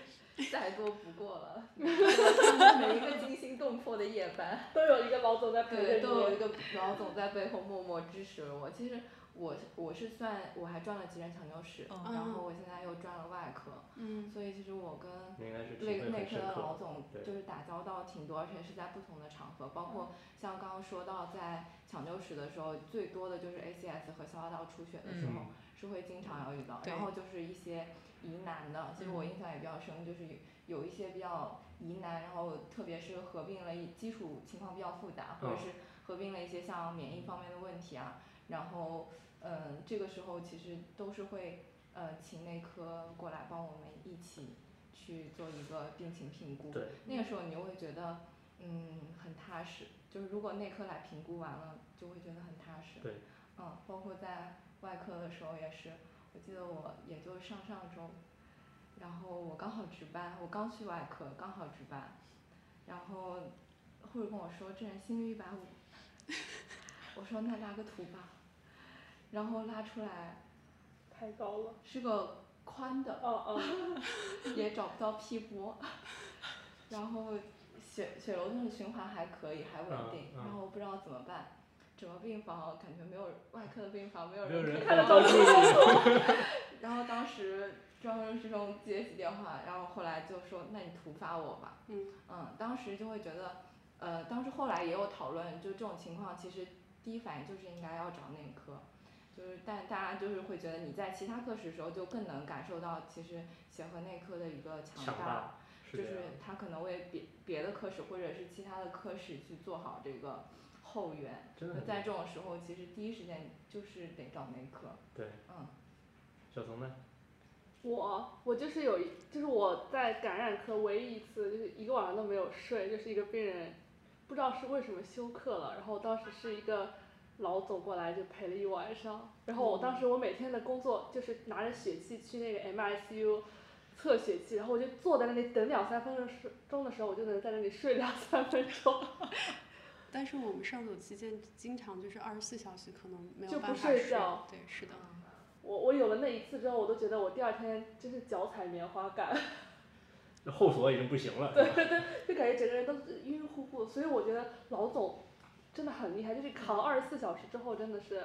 B: 再多不过了，每一个惊心动魄的夜班，
C: 都有一个老总在陪着
B: 对，
C: 你。
B: 都有一个老总在背后默默支持我。其实我我是算我还赚了急诊抢救室，
D: 嗯
B: 然后我现在又赚了外科，
E: 嗯，
B: 所以其实我跟
A: 你应该是体
B: 内
A: 会
B: 内
A: 很
B: 科
A: 深
B: 的老
A: 刻。
B: 总
A: 对
B: 就是打交道挺多，而且是在不同的场合，包括像刚刚说到在抢救室的时候，最多的就是 ACS 和消化道出血的时候。
A: 嗯，
B: 是会经常要遇到，
D: 对
B: 然后就是一些疑难的，其实
A: 嗯
B: 我印象也比较深，就是有有一些比较疑难，然后特别是合并了一基础情况比较复杂，或者
A: 嗯
B: 是合并了一些像免疫方面的问题啊，然后嗯，这个时候其实都是会呃请内科过来帮我们一起去做一个病情评估，
A: 对
B: 那个时候你就会觉得嗯很踏实，就是如果内科来评估完了，就会觉得很踏实，
A: 对，
B: 嗯，包括在外科的时候也是，我记得我也就上上周，然后我刚好值班，我刚去外科，刚好值班，然后护士跟我说这人心率一百五，我说那拉个图吧，然后拉出来
C: 太高了。
B: 是个宽的，
C: 哦哦，
B: <laughs> 也找不到批波，然后血血流动的循环还可以，还稳
A: 嗯
B: 定，
A: 嗯
B: 然后不知道怎么办，整个病房感觉没有外科的病房没有
A: 没有
B: 人
A: 人
B: 可以
C: 看
A: 看
C: 得
A: 得
C: 到
A: 到
C: 这
A: 这
C: 个
A: 个。
B: 然后当时张任师兄接起电话，然后后来就说：“那你图发我吧。”
E: 嗯
B: 当时就会觉得，呃，当时后来也有讨论，就这种情况，其实第一反应就是应该要找内科，就是但大家就是会觉得你在其他科室的时候就更能感受到，其实协和内科的一个强
A: 强大
B: 就是
A: 这
B: 是
A: 样。
B: 他可能为别别的科室或者是其他的科室去做好这个后援。
A: 真的
B: 那
A: 很
B: 在这种时候，其实第一时间就是得找内科。
A: 对，
B: 嗯，
A: 小童呢？
C: 我我就是有一，就是我在感染科唯一一次就是一个晚上都没有睡，就是一个病人，不知道是为什么休克了，然后当时是一个老总过来就陪了一晚上，然后我当时我每天的工作就是拿着血气去那个 MICU 测血气，然后我就坐在那里等两三分钟时钟的时候，我就能在那里睡两三分钟，
E: 但是我们上总期间经常就是二十四小时可 <laughs> 能没有
C: 就不
E: 办法
C: 睡
E: 睡
C: 觉
E: 对，是的，
B: 嗯
C: 我我有了那一次之后，我都觉得我第二天真是脚踩棉花杆，
A: 后锁已经不行了。
B: 对对对，就感觉整个人都是晕晕乎乎的。所以我觉得老总真的很厉害，就是扛二十四小时之后真的是，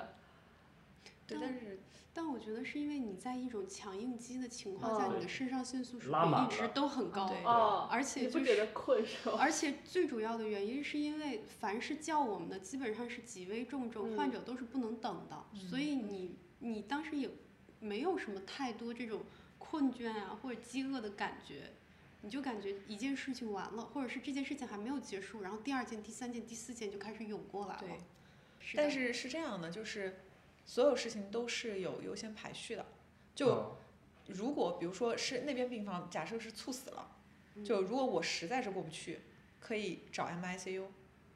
D: 但
E: 对，但是但我觉得是因为你在一种强应激的情况
B: 哦
D: 嗯
E: 下，你的肾上腺素水
A: 拉满
E: 平一直
A: 了嗯
E: 都很高，
D: 对
B: 哦，
E: 而且
B: 你不
E: 就
B: 觉
E: 是
B: 得困是吧？
E: 而且最主要的原因是因为凡是叫我们的，基本上是几危重
B: 嗯
E: 症，患者都是不能等的，
D: 嗯
E: 所以你你当时也没有什么太多这种困倦啊或者饥饿的感觉，你就感觉一件事情完了，或者是这件事情还没有结束，然后第二件、第三件、第四件就开始涌过来了
D: 对。
E: 是的
D: 但是是这样的，就是所有事情都是有优先排序的。就
A: 嗯
D: 如果比如说是那边病房，假设是猝死了，
E: 嗯
D: 就如果我实在是过不去，可以找 MICU，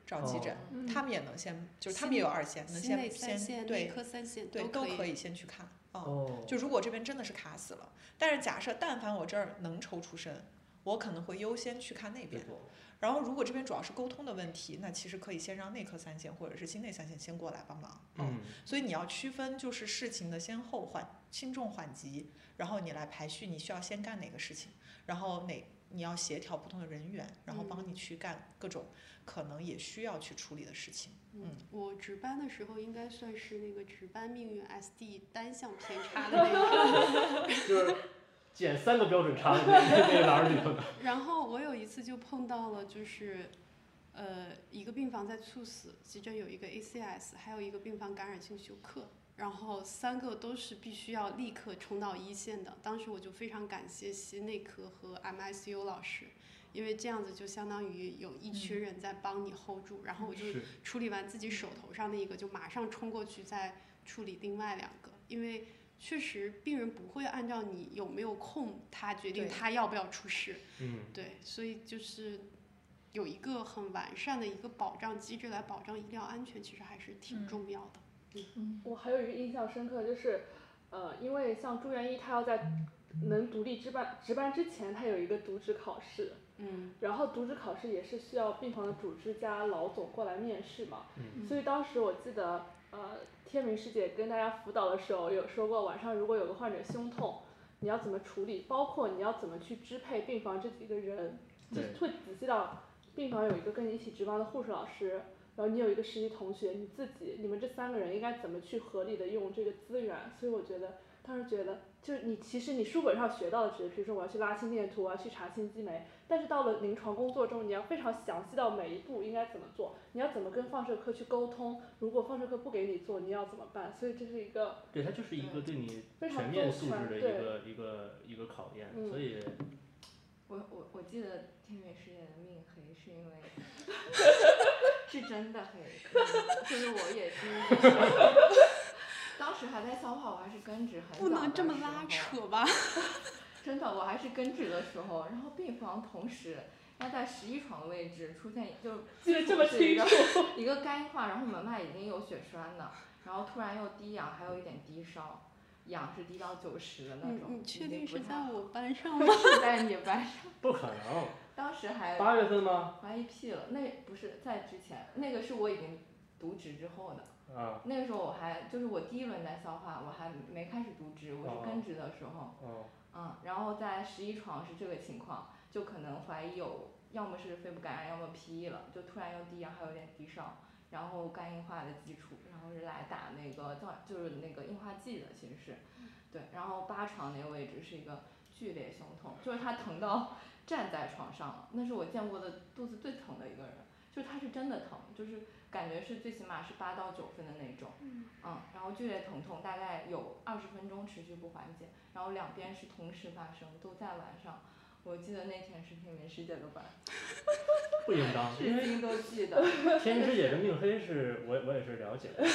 D: 找急诊，
B: 嗯
D: 他们也能先，就是他
E: 心
D: 们也有
E: 内
D: 二线，能
E: 心内
D: 先
E: 三线、
D: 先
E: 内
D: 对
E: 科三线
D: 对
E: 可
D: 可
E: 以。
D: 以先去看啊。
A: 哦，
D: 就如果这边真的是卡死了，但是假设但凡我这儿能抽出身，我可能会优先去看那边。
A: 嗯
D: 然后如果这边主要是沟通的问题，那其实可以先让内科三线或者是心内三线先过来帮忙。哦
A: 嗯，
D: 所以你要区分就是事情的先后缓轻重缓急，然后你来排序你需要先干哪个事情，然后哪你要协调不同的人员，然后帮你去干各种可能也需要去处理的事情。
E: 嗯
D: 嗯，
E: 我值班的时候应该算是那个值班命运 SD 单向
D: <laughs>
E: 偏差的那个。
A: 就是减三个标准差的那那栏儿里头的。，
E: 然后我有一次就碰到了，就是，呃，一个病房在猝死，急诊有一个 ACS，还有一个病房感染性休克，然后三个都是必须要立刻冲到一线的。当时我就非常感谢心内科和 MICU 老师，因为这样子就相当于有一群人在帮你 hold 住，然后我就是处理完自己手头上的一个，就马上冲过去再处理另外两个，因为确实病人不会按照你有没有空，他决定
D: 对
E: 他要不要出事，
A: 嗯，
E: 对，所以就是有一个很完善的一个保障机制来保障医疗安全，其实还是挺
D: 嗯
E: 重要的。
A: 嗯
B: 我还有一个印象深刻就是，呃，因为像住院医他要在能独立值班值班之前，他有一个渎职考试，
E: 嗯，
B: 然后渎职考试也是需要病房的主治加老总过来面试嘛。
A: 嗯
B: 所以当时我记得，呃，天明师姐跟大家辅导的时候有说过，晚上如果有个患者胸痛，你要怎么处理，包括你要怎么去支配病房这几个人，就是
A: 对
B: 会仔细到病房有一个跟你一起值班的护士老师。然后你有一个实习同学，你自己，你们这三个人应该怎么去合理的用这个资源？所以我觉得当时觉得，就是你其实你书本上学到的只是，比如说我要去拉心电图，我要去查心肌酶，但是到了临床工作中，你要非常详细到每一步应该怎么做，你要怎么跟放射科去沟通，如果放射科不给你做，你要怎么办？所以这是一个
A: 对，它就是一个对你
B: 非常
A: 全面素
B: 周全
A: 质的一
B: 对
A: 个一个一个考验，
B: 嗯
A: 所以
C: 我我我记得天美师姐的命黑是
E: <laughs>
C: 因为，是真的黑，就是我也是因为，
E: <laughs>
C: 当时还在小跑，我还是根植很
E: 不
C: 早
E: 能
C: 的
E: 这么
C: 时
E: 拉
C: 候
E: 扯吧？
C: 真的，我还是根治的时候，然后病房同时要在十一床位置出现，就
B: 记得这么
C: 是一
B: 清
C: 个
B: 楚。
C: 一个肝硬化，然后门外已经有血栓了，然后突然又低氧，还有一点低烧，氧是低到九十的那
E: 你
C: 种。
E: 嗯你确
C: 已经
E: 定
C: 不
E: 是
C: 太
E: 在
C: 好
E: 我班上吗？ <laughs>
C: 是在你班上？
A: 不可能。
C: 当时
B: 哎
C: 还
A: 八月份吗？
C: 怀疑屁了，那不是在之前，那个是我已经渎职之后的。
A: 啊，
C: 那个时候我还就是我第一轮在消化，我还没开始渎职，我
A: 哦
C: 是根植的时候。
A: 哦，
C: 嗯，然后在十一床是这个情况，就可能怀疑有，要么是肺部感染，要么 PE 了，就突然又低氧，还有点低烧，然后肝硬化的基础，然后是来打那个造就是那个硬化剂的，其实是，对，然后八床那个位置是一个剧烈胸痛，就是他疼到站在床上了，那是我见过的肚子最疼的一个人，就是他是真的疼，就是感觉是最起码是八到九分的那种。嗯，然后剧烈疼痛大概有二十分钟持续不缓解，然后两边是同时发生，都在晚上。我记得那天是天明师姐的班，
A: 不应当，
C: 至
A: 啊因为
C: 今都记
A: <laughs>
C: 得。
A: 天师姐的命黑 <laughs> 是我我也是了解的，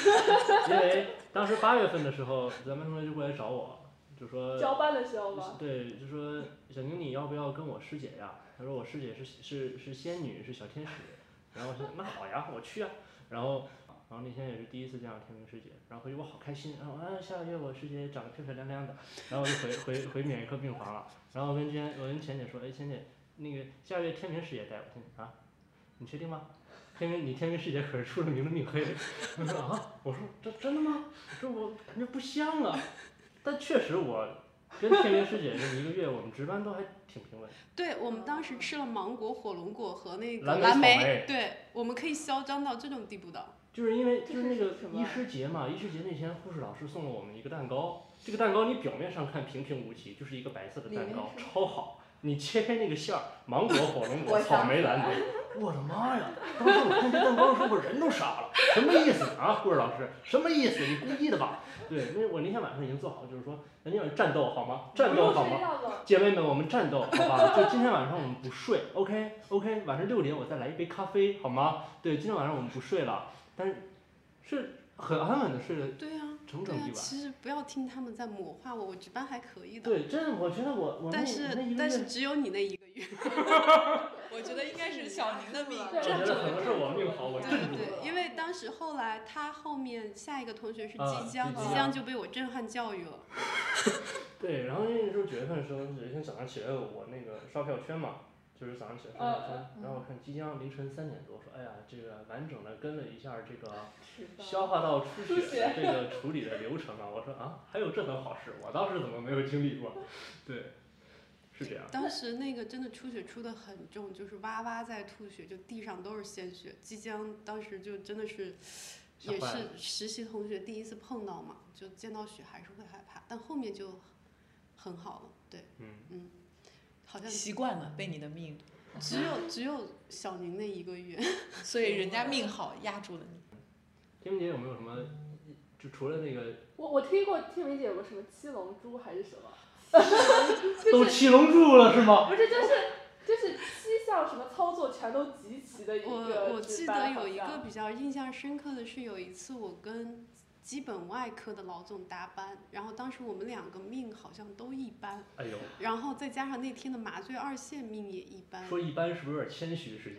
A: 因为当时八月份的时候，咱们同学就过来找我，就说
B: 交班的时候吗？
A: 对，就说小宁，你要不要跟我师姐呀？他说我师姐是是是仙女，是小天使。然后我说那好呀，我去啊。然后然后那天也是第一次见到天明师姐，然后回去我好开心，然后啊下个月我师姐长得漂漂亮亮的，然后我就回回回免疫科病房了。然后我跟今天我跟钱姐说，哎钱姐，那个下个月天明师姐带我，天姐啊，你确定吗？天明，你天明师姐可是出了名的命黑。我说啊，我说这真的吗？这我感觉不像啊。但确实我跟天云师姐这一个月，我们值班都还挺平稳。
E: 对我们当时吃了芒果、火龙果和那个
A: 蓝莓
E: 蓝
A: 草莓
E: 莓，对，我们可以嚣张到这种地步的。
A: 就是因为就是那个
C: 这是什么
A: 医师节嘛，医师节那天护士老师送了我们一个蛋糕，这个蛋糕你表面上看平平无奇，就是一个白色的蛋糕
C: 里面，是
A: 超好。你切开那个馅儿，芒果、
C: <laughs>
A: 火龙果、
C: 我想
A: 草莓、蓝莓，我的妈呀！当时我看这蛋糕的时候，我人都傻了，什么意思啊，护士老师？什么意思？你故意的吧？对，那我那天晚上已经做好，就是说，咱要有战斗好吗？战斗好吗？姐妹们，我们战斗，好吧？ <laughs> 就今天晚上我们不睡，OK OK，晚上六点我再来一杯咖啡，好吗？对，今天晚上我们不睡了，但是是很安稳的睡了
E: 对呀、
A: 整整
E: 对呀、啊
A: 一晚。
E: 其实不要听他们在魔化我，我值班还可以的。
A: 对，真的，我觉得我我那那
E: 但
A: 一
E: 是
A: 个月
E: 但是，只有你那一个月，
D: 嗯我觉得应该是小宁的命
B: 对
A: 我觉
D: 镇住
A: 得可
D: 了
A: 能是我命好，我
E: 对
A: 镇
E: 对
A: 住了。
E: 对，因为当时后来他后面下一个同学是
A: 啊
E: 即将，
A: 即
E: 即
A: 将
E: 将就被我震撼教育了。
A: 对，然后那个时候九月份的时候，有一天早上起来我那个刷票圈嘛，就是早上起来刷
E: 嗯
A: 票圈，然后我看即将凌晨三点多，说哎呀，这个完整的跟了一下这个。消化道出
C: 出
A: 血的这个处理的流程啊，我说啊，还有这等好事，我当时怎么没有经历过？对，是这样。
E: 当时那个真的出血出的很重，就是哇哇在吐血，就地上都是鲜血。即将当时就真的是，
A: 吓
E: 也
A: 坏了
E: 是实习同学第一次碰到嘛，就见到血还是会害怕，但后面就很好了。对，
A: 嗯，
E: 好
D: <laughs>
E: 像
D: 习惯了被你的命，
E: 只有只有小宁那一个月，
D: 所以人家命好压住了你。
A: 天明姐有没有什么？就除了那个
B: 我我听过天明姐有个什么七龙珠还是什
E: <laughs>
B: 么，
A: 都七龙珠了是吗？
B: 不是就是就是七项什么操作全都集齐的一个
E: 我我
B: 值
E: 记
B: 班
E: 得
B: 好
E: 有一个
B: 像
E: 比较印象深刻的是，有一次我跟基本外科的老总搭班，然后当时我们两个命好像都一般，
A: 哎呦，
E: 然后再加上那天的麻醉二线命也一般，
A: 说一般是不是有点谦虚？实际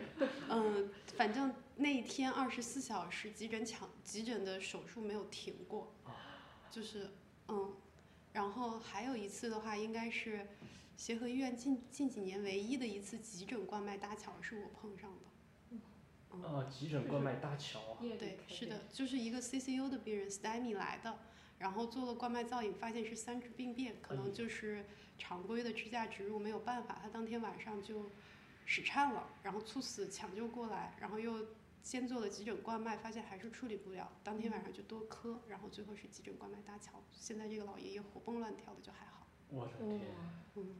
E: 嗯，反正那一天二十四小时急诊抢急诊的手术没有停过，就是嗯，然后还有一次的话，应该是协和医院近近几年唯一的一次急诊冠脉搭桥是我碰上的。
A: 啊，急诊冠脉搭桥啊，
E: 对，是的，就是一个 CCU 的病人 STEMI 来的，然后做了冠脉造影，发现是三指病变，可
A: 哎呦
E: 能就是常规的支架植入没有办法，他当天晚上就室颤了，然后猝死抢救过来，然后又先做了急诊冠脉，发现还是处理不了，当天晚上就多磕，然后最后是急诊冠脉搭桥，现在这个老爷爷活蹦乱跳的就还好，
A: 我的
C: 哇
A: 天！ <laughs>
E: 嗯，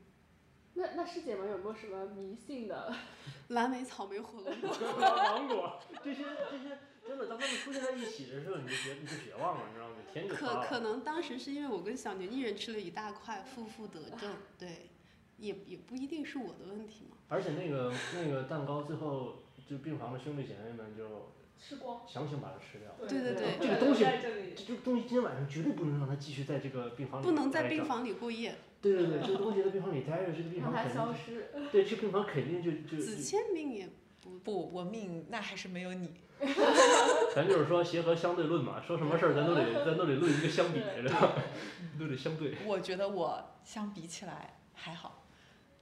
B: 那那师姐们有没有什么迷信
C: <laughs>
B: 的？
E: 蓝莓草莓火龙果，
A: 芒果这些这些，真的，当他们出现在一起的时候，你就绝你就绝望了，你知道吗？你天就塌
E: 可可
A: 了。
E: 能当时是因为我跟小宁一人吃了一大块，负负得正，对，也也不一定是我的问题嘛。
A: 而且那个那个蛋糕最后就病房的兄弟姐妹们就
B: 吃光。
A: 强行把它吃掉。
E: 对对对
A: 这个东西
F: 在这里
A: 这这东西今天晚上绝对不能让他继续在这个病房里
E: 不能在
A: 待着
E: 病。房里过夜。
A: 对对对，这个东西在病房里待着，这个病
B: 让
A: 房
B: 它
A: 肯
B: 消
A: 定
B: 失。
C: 嗯
A: 对，这个病房肯定就就
E: 子倩命也
D: 不，我命那还是没有你。
A: 咱就是说协和相对论嘛，说什么事儿咱都
E: <laughs>
A: 得咱都得论一个相比，
B: 对
A: 知道吧？ <laughs> 都得相对。
D: 我觉得我相比起来还好，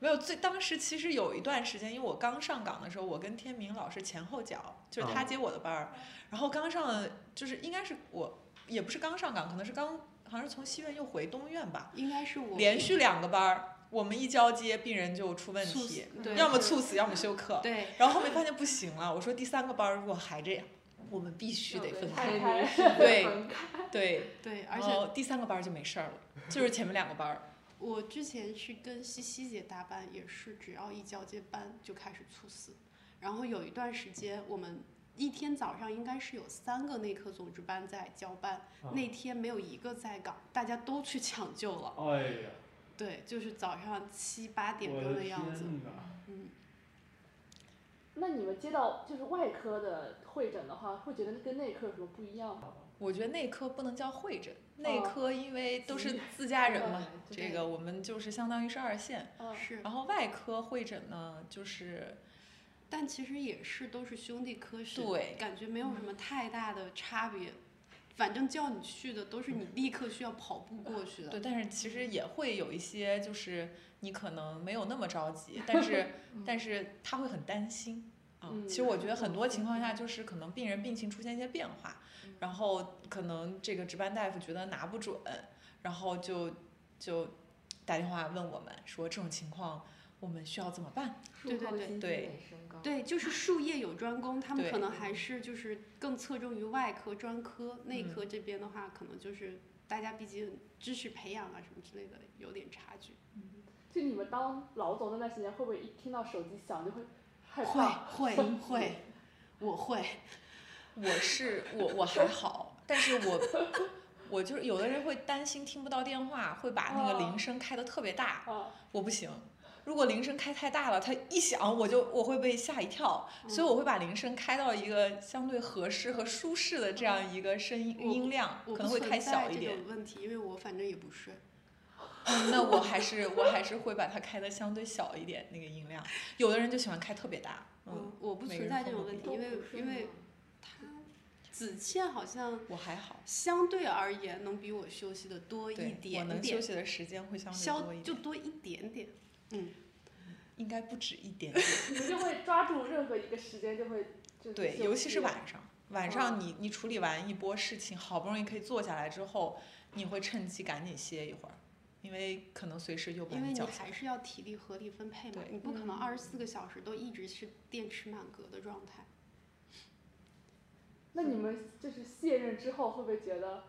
D: 没有最当时其实有一段时间，因为我刚上岗的时候，我跟天明老师前后脚，就是他接我的班儿，
E: 嗯
D: 然后刚上了就是应该是我也不是刚上岗，可能是刚好像是从西院又回东院吧，
E: 应该是我
D: 连续两个班儿，我们一交接病人就出问
E: 猝
D: 题，
B: 嗯
E: 死，对，
D: 要么猝死，要么休克，
E: 对，
D: 然后后面发现不行了，我说第三个班儿如果还这样，我
E: 哦
D: 们必须得分开，
B: 拆开。
D: 对对，
E: 对，而
D: 然
E: 且
A: 哦
D: 后第三个班儿就没事儿了，就是前面两个班儿，
E: 我之前是跟西西姐搭班，也是只要一交接班就开始猝死，然后有一段时间我们。一天早上应该是有三个内科总值班在交班，
A: 啊
E: <laughs> 那天没有一个在岗，大家都去抢救了。
A: 哎呀，
E: 对，就是早上七八点
A: 我
E: 钟
A: 的
E: 的样子。
A: 天哪！
E: 嗯，
B: 那你们接到就是外科的会诊的话，会觉得跟内科有什么不一样吗？
D: 我觉得内科不能叫会诊，内
B: 哦
D: 科因为都是自家人嘛， <laughs> 这个我们就是相当于是二线。
B: 嗯，
E: 是，
D: 然后外科会诊呢，就是
E: 但其实也是都是兄弟科室，
D: 对
E: 感觉没有什么太大的差别。反正叫你去的都是你立刻需要跑步过去的。
D: 对，但是其实也会有一些，就是你可能没有那么着急，
B: <laughs>
D: 但是但是他会很担心啊。
B: 嗯嗯
D: 其实我觉得很多情况下，就是可能病人病情出现一些变化，然后可能这个值班大夫觉得拿不准，然后就就。打电话问我们说这种情况我们需要怎么办？
E: 对对
D: 对
E: 对
B: 得升高。
E: 对，就是术业有专攻，他们
D: 对
E: 可能还是就是更侧重于外科、专科、内
D: 嗯
E: 科这边的话，可能就是大家毕竟知识培养啊什么之类的有点差距。
C: 就你们当老总那段时间，会不会一听到手机响就会害
E: 会
C: 怕？
E: 会会，我会。
D: 我是我我还好，但是我
E: <laughs>
D: 我就是有的人会担心听不到电话，会把那个
E: 哦
D: 铃声开的特别大，
C: 啊，
D: 我不行。如果铃声开太大了，它一响我就我会被吓一跳，
E: 嗯
D: 所以我会把铃声开到一个相对合适和舒适的这样一个声音
E: 嗯我不
D: 音量，
E: 我
D: 可
E: 不
D: 能会
E: 存
D: 开小
E: 在
D: 一
E: 这
D: 点。
E: 种问题，因为我反正也不睡。
D: 那我还
E: <laughs>
D: 是我还是会把它开的相对小一点那个音量。有的人就喜欢开特别大，嗯，
E: 嗯，我不
D: 每
E: 存
D: 个人
E: 在
D: 风
E: 这种
D: 格
E: 问
D: 不
E: 题，因为因
D: 嗯
E: 为他子倩好像
D: 我还好，
E: 相对而言能比我休息的多一
D: 对，我
E: 点
D: 能休
E: 点，
D: 息的时间会相对多
E: 消
D: 一
E: 就
D: 点，
E: 多一点点。
D: 应该不止一点点。
C: 你们就会抓住任何一个时间就会就是
D: 对，
C: 休
D: 尤其是
C: 息
D: 晚上，晚
E: 嗯
D: 上你你处理完一波事情，好不容易可以坐下来之后，你会趁机赶紧歇一会儿，因为可能随时就把
E: 因为你
D: 叫醒
E: 还。是要体力合理分配嘛，
D: 对
E: 你不可能
C: 嗯
E: 二十四个小时都一直是电池满格的状态。
C: 那你们就是卸任之后，会不会觉得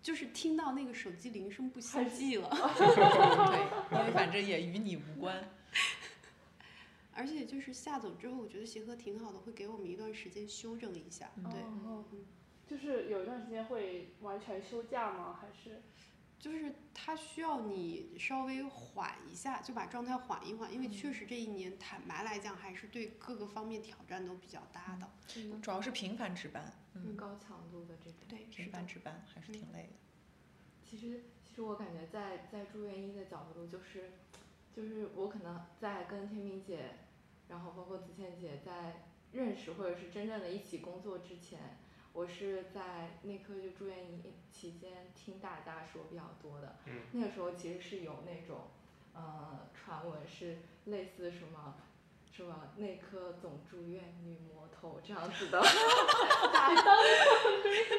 E: 就是听到那个手机铃声不心悸了，
D: 对，因为反正也与你无关。
E: 而且就是下走之后，我觉得协和挺好的，会给我们一段时间修整一下。
D: 嗯
E: 对，
C: 哦就是有一段时间会完全休假吗？还是
E: 就是它需要你稍微缓一下，就把状态缓一缓，因为
D: 嗯
E: 确实这一年坦白来讲，还是对各个方面挑战都比较大的。
B: 嗯
D: 主要是频繁值班，嗯，
B: 高强度的这种。
E: 对，哦是
D: 频
E: 的嗯
D: 繁。值班还是
C: <laughs>
D: 挺累的。
B: 其实，其实我感觉在在住院医的角度，就是，就是我可能在跟天明姐，然后包括子倩姐在认识或者是真正的一起工作之前，我是在内科就住院医期间听大家说比较多的。
A: 嗯
B: 那个时候其实是有那种，呃，传闻是类似什么。什么内科总住院女魔头这样子的， <laughs>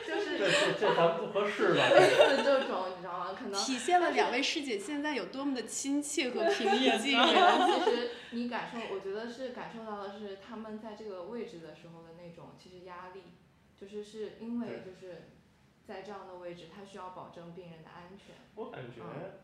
B: 就是
A: 这这这咱不合适
E: <laughs>
A: 吧？
B: 类似这种，你知道吗？可能
E: 体现了两位师姐现在有多么的亲切和平易
D: <laughs>
E: 近
B: <laughs>
E: 人。
B: 对，其实你感受，我觉得是感受到的是他们在这个位置的时候的那种其实压力，就是是因为
A: 对
B: 就是在这样的位置，他需要保证病人的安全，
A: 我感觉
B: 嗯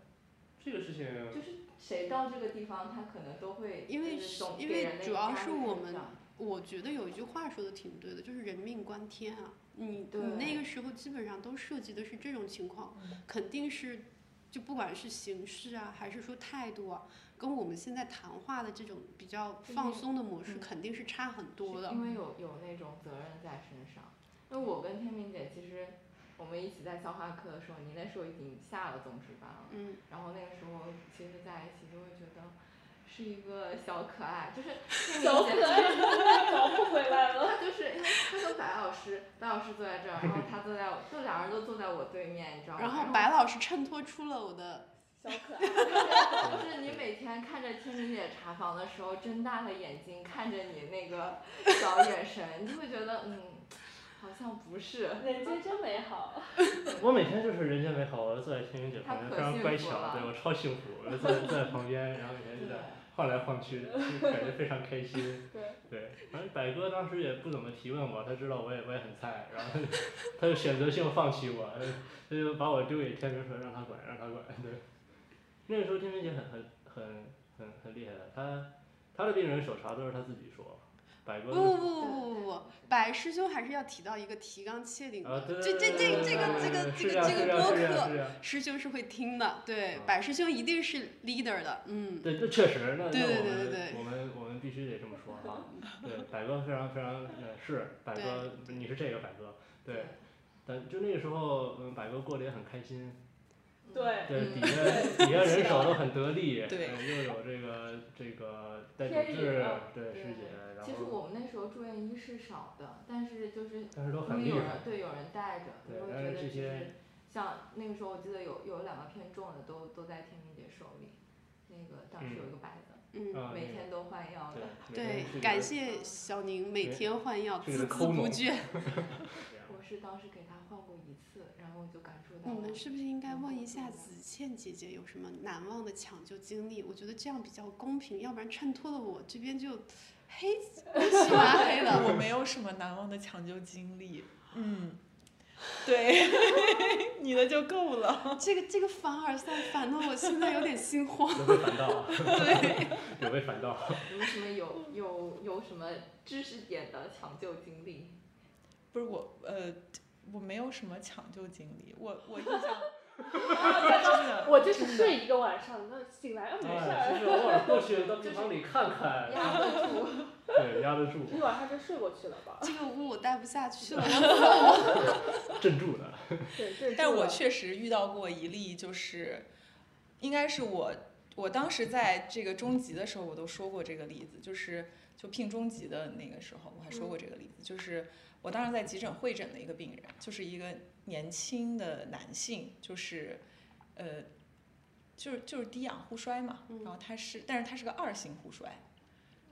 A: 这个事情
B: 就是谁到这个地方，他可能都会
E: 因为
B: 就是总
E: 因
B: 给
E: 为
B: 人的
E: 主要
B: 压
E: 是
B: 力
E: 我
B: 很
E: 们
B: 大
E: 我觉得有一句话说的挺对的，就是人命关天啊。你
B: 对
E: 你那个时候基本上都涉及的是这种情况，肯定是就不管是形式啊，还是说态度啊，跟我们现在谈话的这种比较
B: 就是
E: 放松的模式，
B: 嗯
E: 肯定是差很多
B: 是
E: 的。
B: 因为有有那种责任在身上。因为我跟天明姐其实我们一起在消化课的时候，你那时候已经下了总值班了。
E: 嗯，
B: 然后那个时候其实在一起就会觉得是一个小可爱，就是那个
C: 小
B: 姐
C: 可爱找不回来了？ <laughs>
B: 她就是因为她跟白老师，白老师坐在这儿，然后她坐在我，就两人都坐在我对面，你知道吗？
E: 然后白老师衬托出了我的，
C: <laughs> 小可爱，
B: 就是你每天看着天明姐查房的时候，睁大了眼睛看着你那个小眼神，你就会觉得嗯，好像不是，
C: 人间真美好。
A: <laughs> 我每天就是人间美好，我坐在天云姐旁边，非常乖
B: 太可幸福
A: 巧，
B: 了
A: 对我超幸福，我就坐在坐在旁边，然后每天就
B: 对
A: 在晃来晃去，就感觉非常开心。
C: 对，
A: 对，反正百哥当时也不怎么提问我，他知道我也我也很菜，然后他就他就选择性放弃我，他就他就把我丢给天明说让他管让他管。对，那个时候天明姐很很很很很厉害的，她她的病人手查都是她自己说，百哥
E: 不
A: 都
E: 不
A: 是
E: 不不不不，白师兄还是要提到一个提纲挈领
A: 啊对
E: 的，，这
A: 对
E: 这
A: 对
E: 这
A: 对
E: 这个
A: 对
E: 这个
A: 对
E: 这
A: 是
E: 个这
A: 这
E: 个播
A: 是这样
E: 客
A: 是这样
E: 师兄是会听的，对
A: 啊，
E: 百师兄一定是 leader 的，嗯，
A: 对，这确实，那
E: 对
A: 那
E: 对
A: 我
E: 对
A: 们
E: 对对
A: 我们我们必须得这么说
E: <laughs>
A: 哈。对，百哥非常非常呃是百哥，你是这个百哥，对。但就那个时候，嗯，百哥过得也很开心，
C: <laughs> 对
D: <laughs>
A: 对
B: 嗯
A: 底下
E: <laughs>
A: 底下
E: 啊
A: 人手都很得力，
D: 对
A: 嗯又有这个这个戴
C: 天
A: 主
C: 宇
A: 治
C: 啊，
A: 对
B: 对
A: 师姐，然
B: 其实
A: 后
B: 我们那时候住院医是少的，但是就是
A: 但是都
B: 因
A: 很
B: 为
A: 厉
B: 有
A: 害
B: 人，对有人带着，
A: 对
B: 我会
A: 但
B: 觉
A: 是
B: 得
A: 这
B: 就
A: 些
B: 是像那个时候，我记得有有两个偏重的都都在天明姐手里，那个当时有一个白的，
E: 嗯，
A: 啊，
B: 每天都换药的，
A: 那个对每天
E: 对
A: 去，给
E: 感
A: 他
E: 谢小宁每天换药，
A: 这个
E: 孜
A: 抠
E: 孜不
A: 弄
E: 倦。
A: 这样
B: 我是
C: 是当时给他换过一次，然后我就感受到
E: 我
D: 嗯
C: 了
B: <laughs> 嗯
E: 们。是不是应该问一下子倩姐姐有什么难忘的抢救经历？我觉得这样比较公平，要不然衬托了我这
D: <laughs>
E: 边就黑
D: 喜欢黑的，我没有什么难忘的抢救经历。嗯，
E: <laughs>
D: 对，你的就够了。
E: 这个这个凡尔赛，反倒我现在有点心慌。
D: <laughs>
A: 有被反
B: <laughs>
A: 到， <laughs> 有被反到。
C: 有什么有有有什么知识点的抢救经历？
D: 不是我，呃，我没有什么抢救经历。我我印象真的，
B: 我就是睡一个晚上，那醒
C: 嗯
B: 来啊没事
A: 哎，
B: 儿， <laughs>
A: 其实偶尔过去到病房里看看，
C: 压得住，
A: 对，压得住，
B: 一晚上就睡过去了吧？
E: 这个屋我待不下去
A: <laughs>
E: 了，
A: 镇住的。
B: 对，这
D: 但
B: 住
D: 我
B: 了
D: 确实遇到过一例，就是应该是我，我当时在这个中级的时候，我都说过这个例子，就是就聘中级的那个时候，我还说过这个例
E: 嗯
D: 子，就是我当时在急诊会诊的一个病人，就是一个年轻的男性，就是呃，就是就是低氧呼衰嘛，
E: 嗯
D: 然后他是，但是他是个二型呼衰。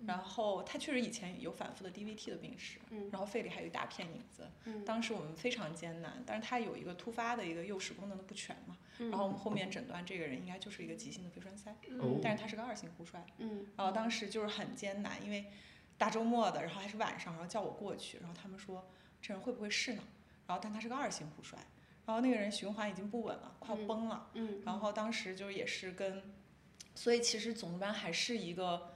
D: 然后他确实以前有反复的 DVT 的病史，
E: 嗯
D: 然后肺里还有一大片影子，
E: 嗯
D: 当时我们非常艰难，但是他有一个突发的一个右室功能的不全嘛，然后我们后面诊断这个人应该就是一个急性的肺栓塞，
B: 嗯
A: 哦
D: 但是他是个二型呼衰，
E: 嗯
D: 然后当时就是很艰难，因为大周末的，然后还是晚上，然后叫我过去，然后他们说这人会不会是呢？然后但他是个二型呼衰，然后那个人循环已经不稳了，快要
E: 嗯
D: 崩了，
E: 嗯
D: 然后当时就是也是跟，所以其实总班还是一个，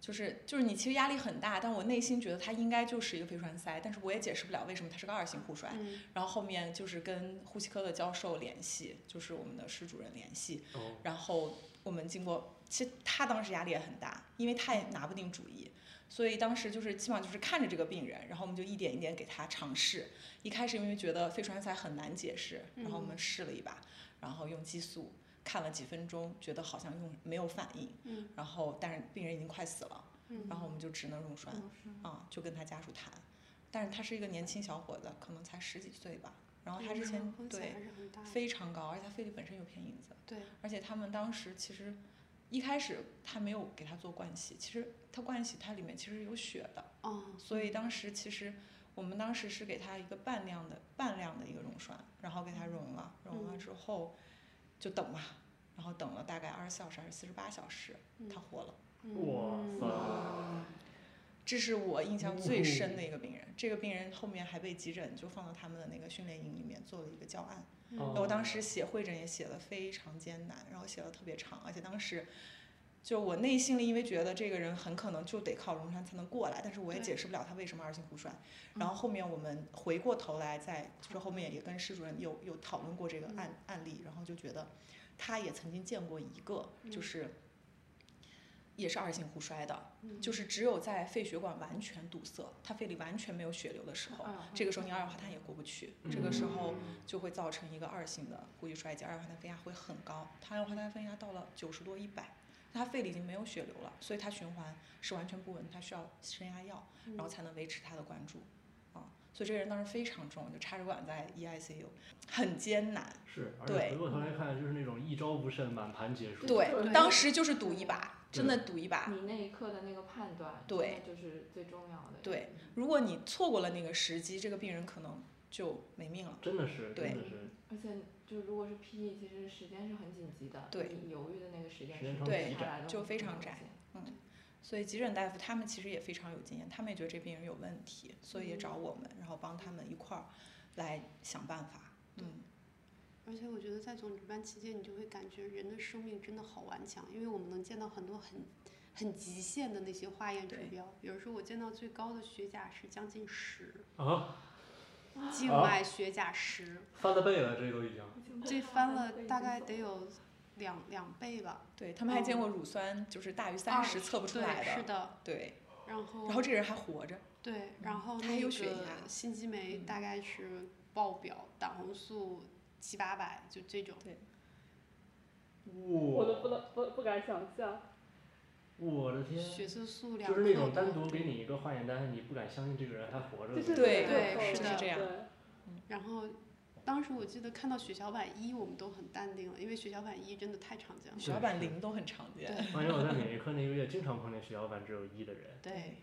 D: 就是就是你其实压力很大，但我内心觉得他应该就是一个肺栓塞，但是我也解释不了为什么他是个二型互栓。
E: 嗯
D: 然后后面就是跟呼吸科的教授联系，就是我们的室主任联系，
A: 哦，
D: 然后我们经过，其实他当时压力也很大，因为他也拿不定主意。所以当时就是基本上就是看着这个病人，然后我们就一点一点给他尝试。一开始因为觉得肺栓塞很难解释，然后我
E: 嗯
D: 们试了一把，然后用激素看了几分钟，觉得好像用没有反应，
E: 嗯
D: 然后但是病人已经快死了，
E: 嗯
D: 然后我们就只能溶栓，啊，就跟他家属谈。但是他是一个年轻小伙子，可能才十几岁吧，然后他之前
E: 嗯风险
D: 对
E: 还是很大的。
D: 非常高，而且他肺里本身有片影子，
E: 对，
D: 而且他们当时其实一开始他没有给他做灌洗，其实他灌洗它里面其实有血的，
E: 哦，
D: 所以当时其实我们当时是给他一个半量的半量的一个溶栓，然后给他溶了，溶了
E: 嗯
D: 之后就等嘛，然后等了大概二十四小时还是四十八小时，
E: 嗯
D: 他活了。
A: 哇
D: 嗯
A: 塞，
D: 这是我印象最深的一个病人，这个病人后面还被急诊就放到他们的那个训练营里面做了一个教案。
A: 哦
D: 我当时写会诊也写的非常艰难，然后写的特别长，而且当时就我内心里因为觉得这个人很可能就得靠溶栓才能过来，但是我也
E: 对
D: 解释不了他为什么二型互栓。
C: 嗯
D: 然后后面我们回过头来再就是后面也跟施主任有有讨论过这个案、
C: 嗯
D: 案例，然后就觉得他也曾经见过一个
C: 嗯
D: 就是。也是二型互衰的，
C: 嗯
D: 就是只有在肺血管完全堵塞，他肺里完全没有血流的时候，
C: 嗯
D: 这个时候你二氧化碳也过不去，这个时候
A: 嗯
D: 就会造成一个二型的呼吸衰竭，二氧化碳分压会很高，它二氧化碳分压到了九十多一百，它肺里已经没有血流了，所以它循环是完全不稳，它需要升压药，然后才能维持它的灌注，啊，所以这个人当时非常重，就插着管在 E EICU，很艰难，
A: 是，而且
D: 对
A: 回过头来看，就是那种一招不慎，满盘皆输。
D: 对，当时就是赌一把，真的赌一把，
C: 你那一刻的那个判断，
D: 对，
C: 就是最重要的。
D: 对，如果你错过了那个时机，这个病人可能就没命了。
A: 真的是，
D: 对
A: 真的是，
C: 而且就如果是 PE，其实时间是很紧急的，
D: 对
C: 你犹豫的那个时间
A: 时间
C: 是
A: 窗
D: 对
A: 极
C: 下来
A: 窄
C: 的
D: 就
C: 很
D: 非
C: 很
D: 常
C: 关
D: 窄
C: 键
D: 所以急诊大夫他们其实也非常有经验，他们也觉得这病人有问题，所以也找我们，然后帮他们一块儿来想办法。嗯，
E: 而且我觉得在总值班期间，你就会感觉人的生命真的好顽强，因为我们能见到很多很很极限的那些化验指
D: 对
E: 标。比如说，我见到最高的血钾是将近十，
A: 啊，
E: 静
A: 啊
E: 脉血钾十，
D: <laughs>
A: 翻了倍了，这都已经。
E: 这翻了大概得有两两倍吧。
D: 对他们还见过乳酸就是大于三十测不出来
E: 对，哦是
D: 的，
E: 的。
D: 对，
E: 然后
D: 然后这个人还活着，
E: 对，然后
D: 它还有
E: 那
D: 血啊嗯
E: 个
D: 压
E: 心肌酶大概是爆表，胆红素七八百，就这种。
A: 我
B: 我都不能不不敢想象。
A: 我的天，
E: 血色素两
A: 就
E: 克
A: 是那种单
E: 多
A: 独给你一个化验单，你不敢相信这个人还活着。
B: 就是
D: 对
E: 对
B: 对，
E: 是的
D: 这样
B: 对
E: 然后当时我记得看到血小板一，我们都很淡定了，因为血小板一真的太常见了。
D: 血小
A: <laughs>
D: 板零都很常见。
E: 对
A: 而且我在免疫科那个月经常碰见血小板只有一的人，
E: 对，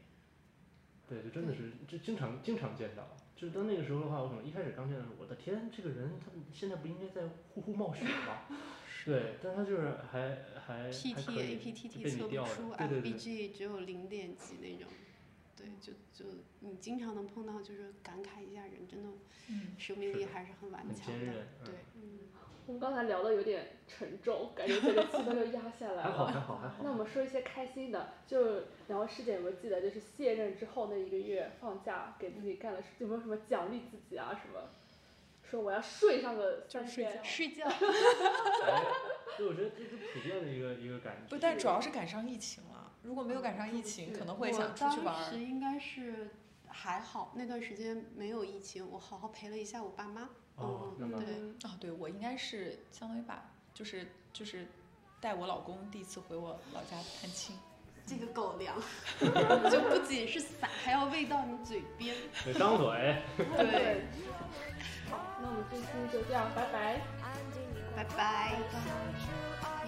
A: 对，就真的是就经常经常见到。就是到那个时候的话，我可能一开始刚见的时候，我的天，这个人他们现在不应该在呼呼冒雪
E: <laughs>
A: 吗？对，但他就是还还
E: ，PT
A: 还可以
E: APTT
A: 被
E: 测
A: 你
E: 不
A: 吊着
E: 出，
A: 对对对
E: FBG 只有零点几那种。对，就就你经常能碰到，就是感慨一下，人真的
D: 嗯，
E: 生命
A: 是
E: 力
A: 的
E: 还是很顽
A: 很
E: 强
A: 坚
E: 的
A: 韧。嗯
E: 对，嗯，
B: 我们刚才聊的有点沉重，感觉这个气氛就压下来
A: 还好 <laughs>
B: 了。
A: 还好还好
B: 那。我们说一些开心的，就然后师姐有没有记得，就是卸任之后那一个月放假给自己干了，有没有什么奖励自己啊？什么？说我要睡上个
D: 就
B: 三
D: 是睡
B: 天
D: 觉，
E: 睡觉。
A: 哎， <laughs> 对，我觉得这是普遍的一个一个感觉。
D: 不，但主要是赶上疫情了。如果没有赶上疫
B: 出
D: 情，
B: 不去
D: 可能会想出去玩
E: 我当时
D: 儿。
E: 应该是还好，那段时间没有疫情，我好好陪了一下我爸妈。
A: 哦，那
E: 嗯
A: 么
E: 对
B: 嗯
D: 啊，对我应该是相当于把就是就是带我老公第一次回我老家探亲，
E: 这个狗粮 <laughs> 就不仅是撒，还要喂到你嘴边。
A: 得张嘴。
E: 对，
B: 好，那我们这期就这样，拜拜。
E: 拜拜。
F: Don't you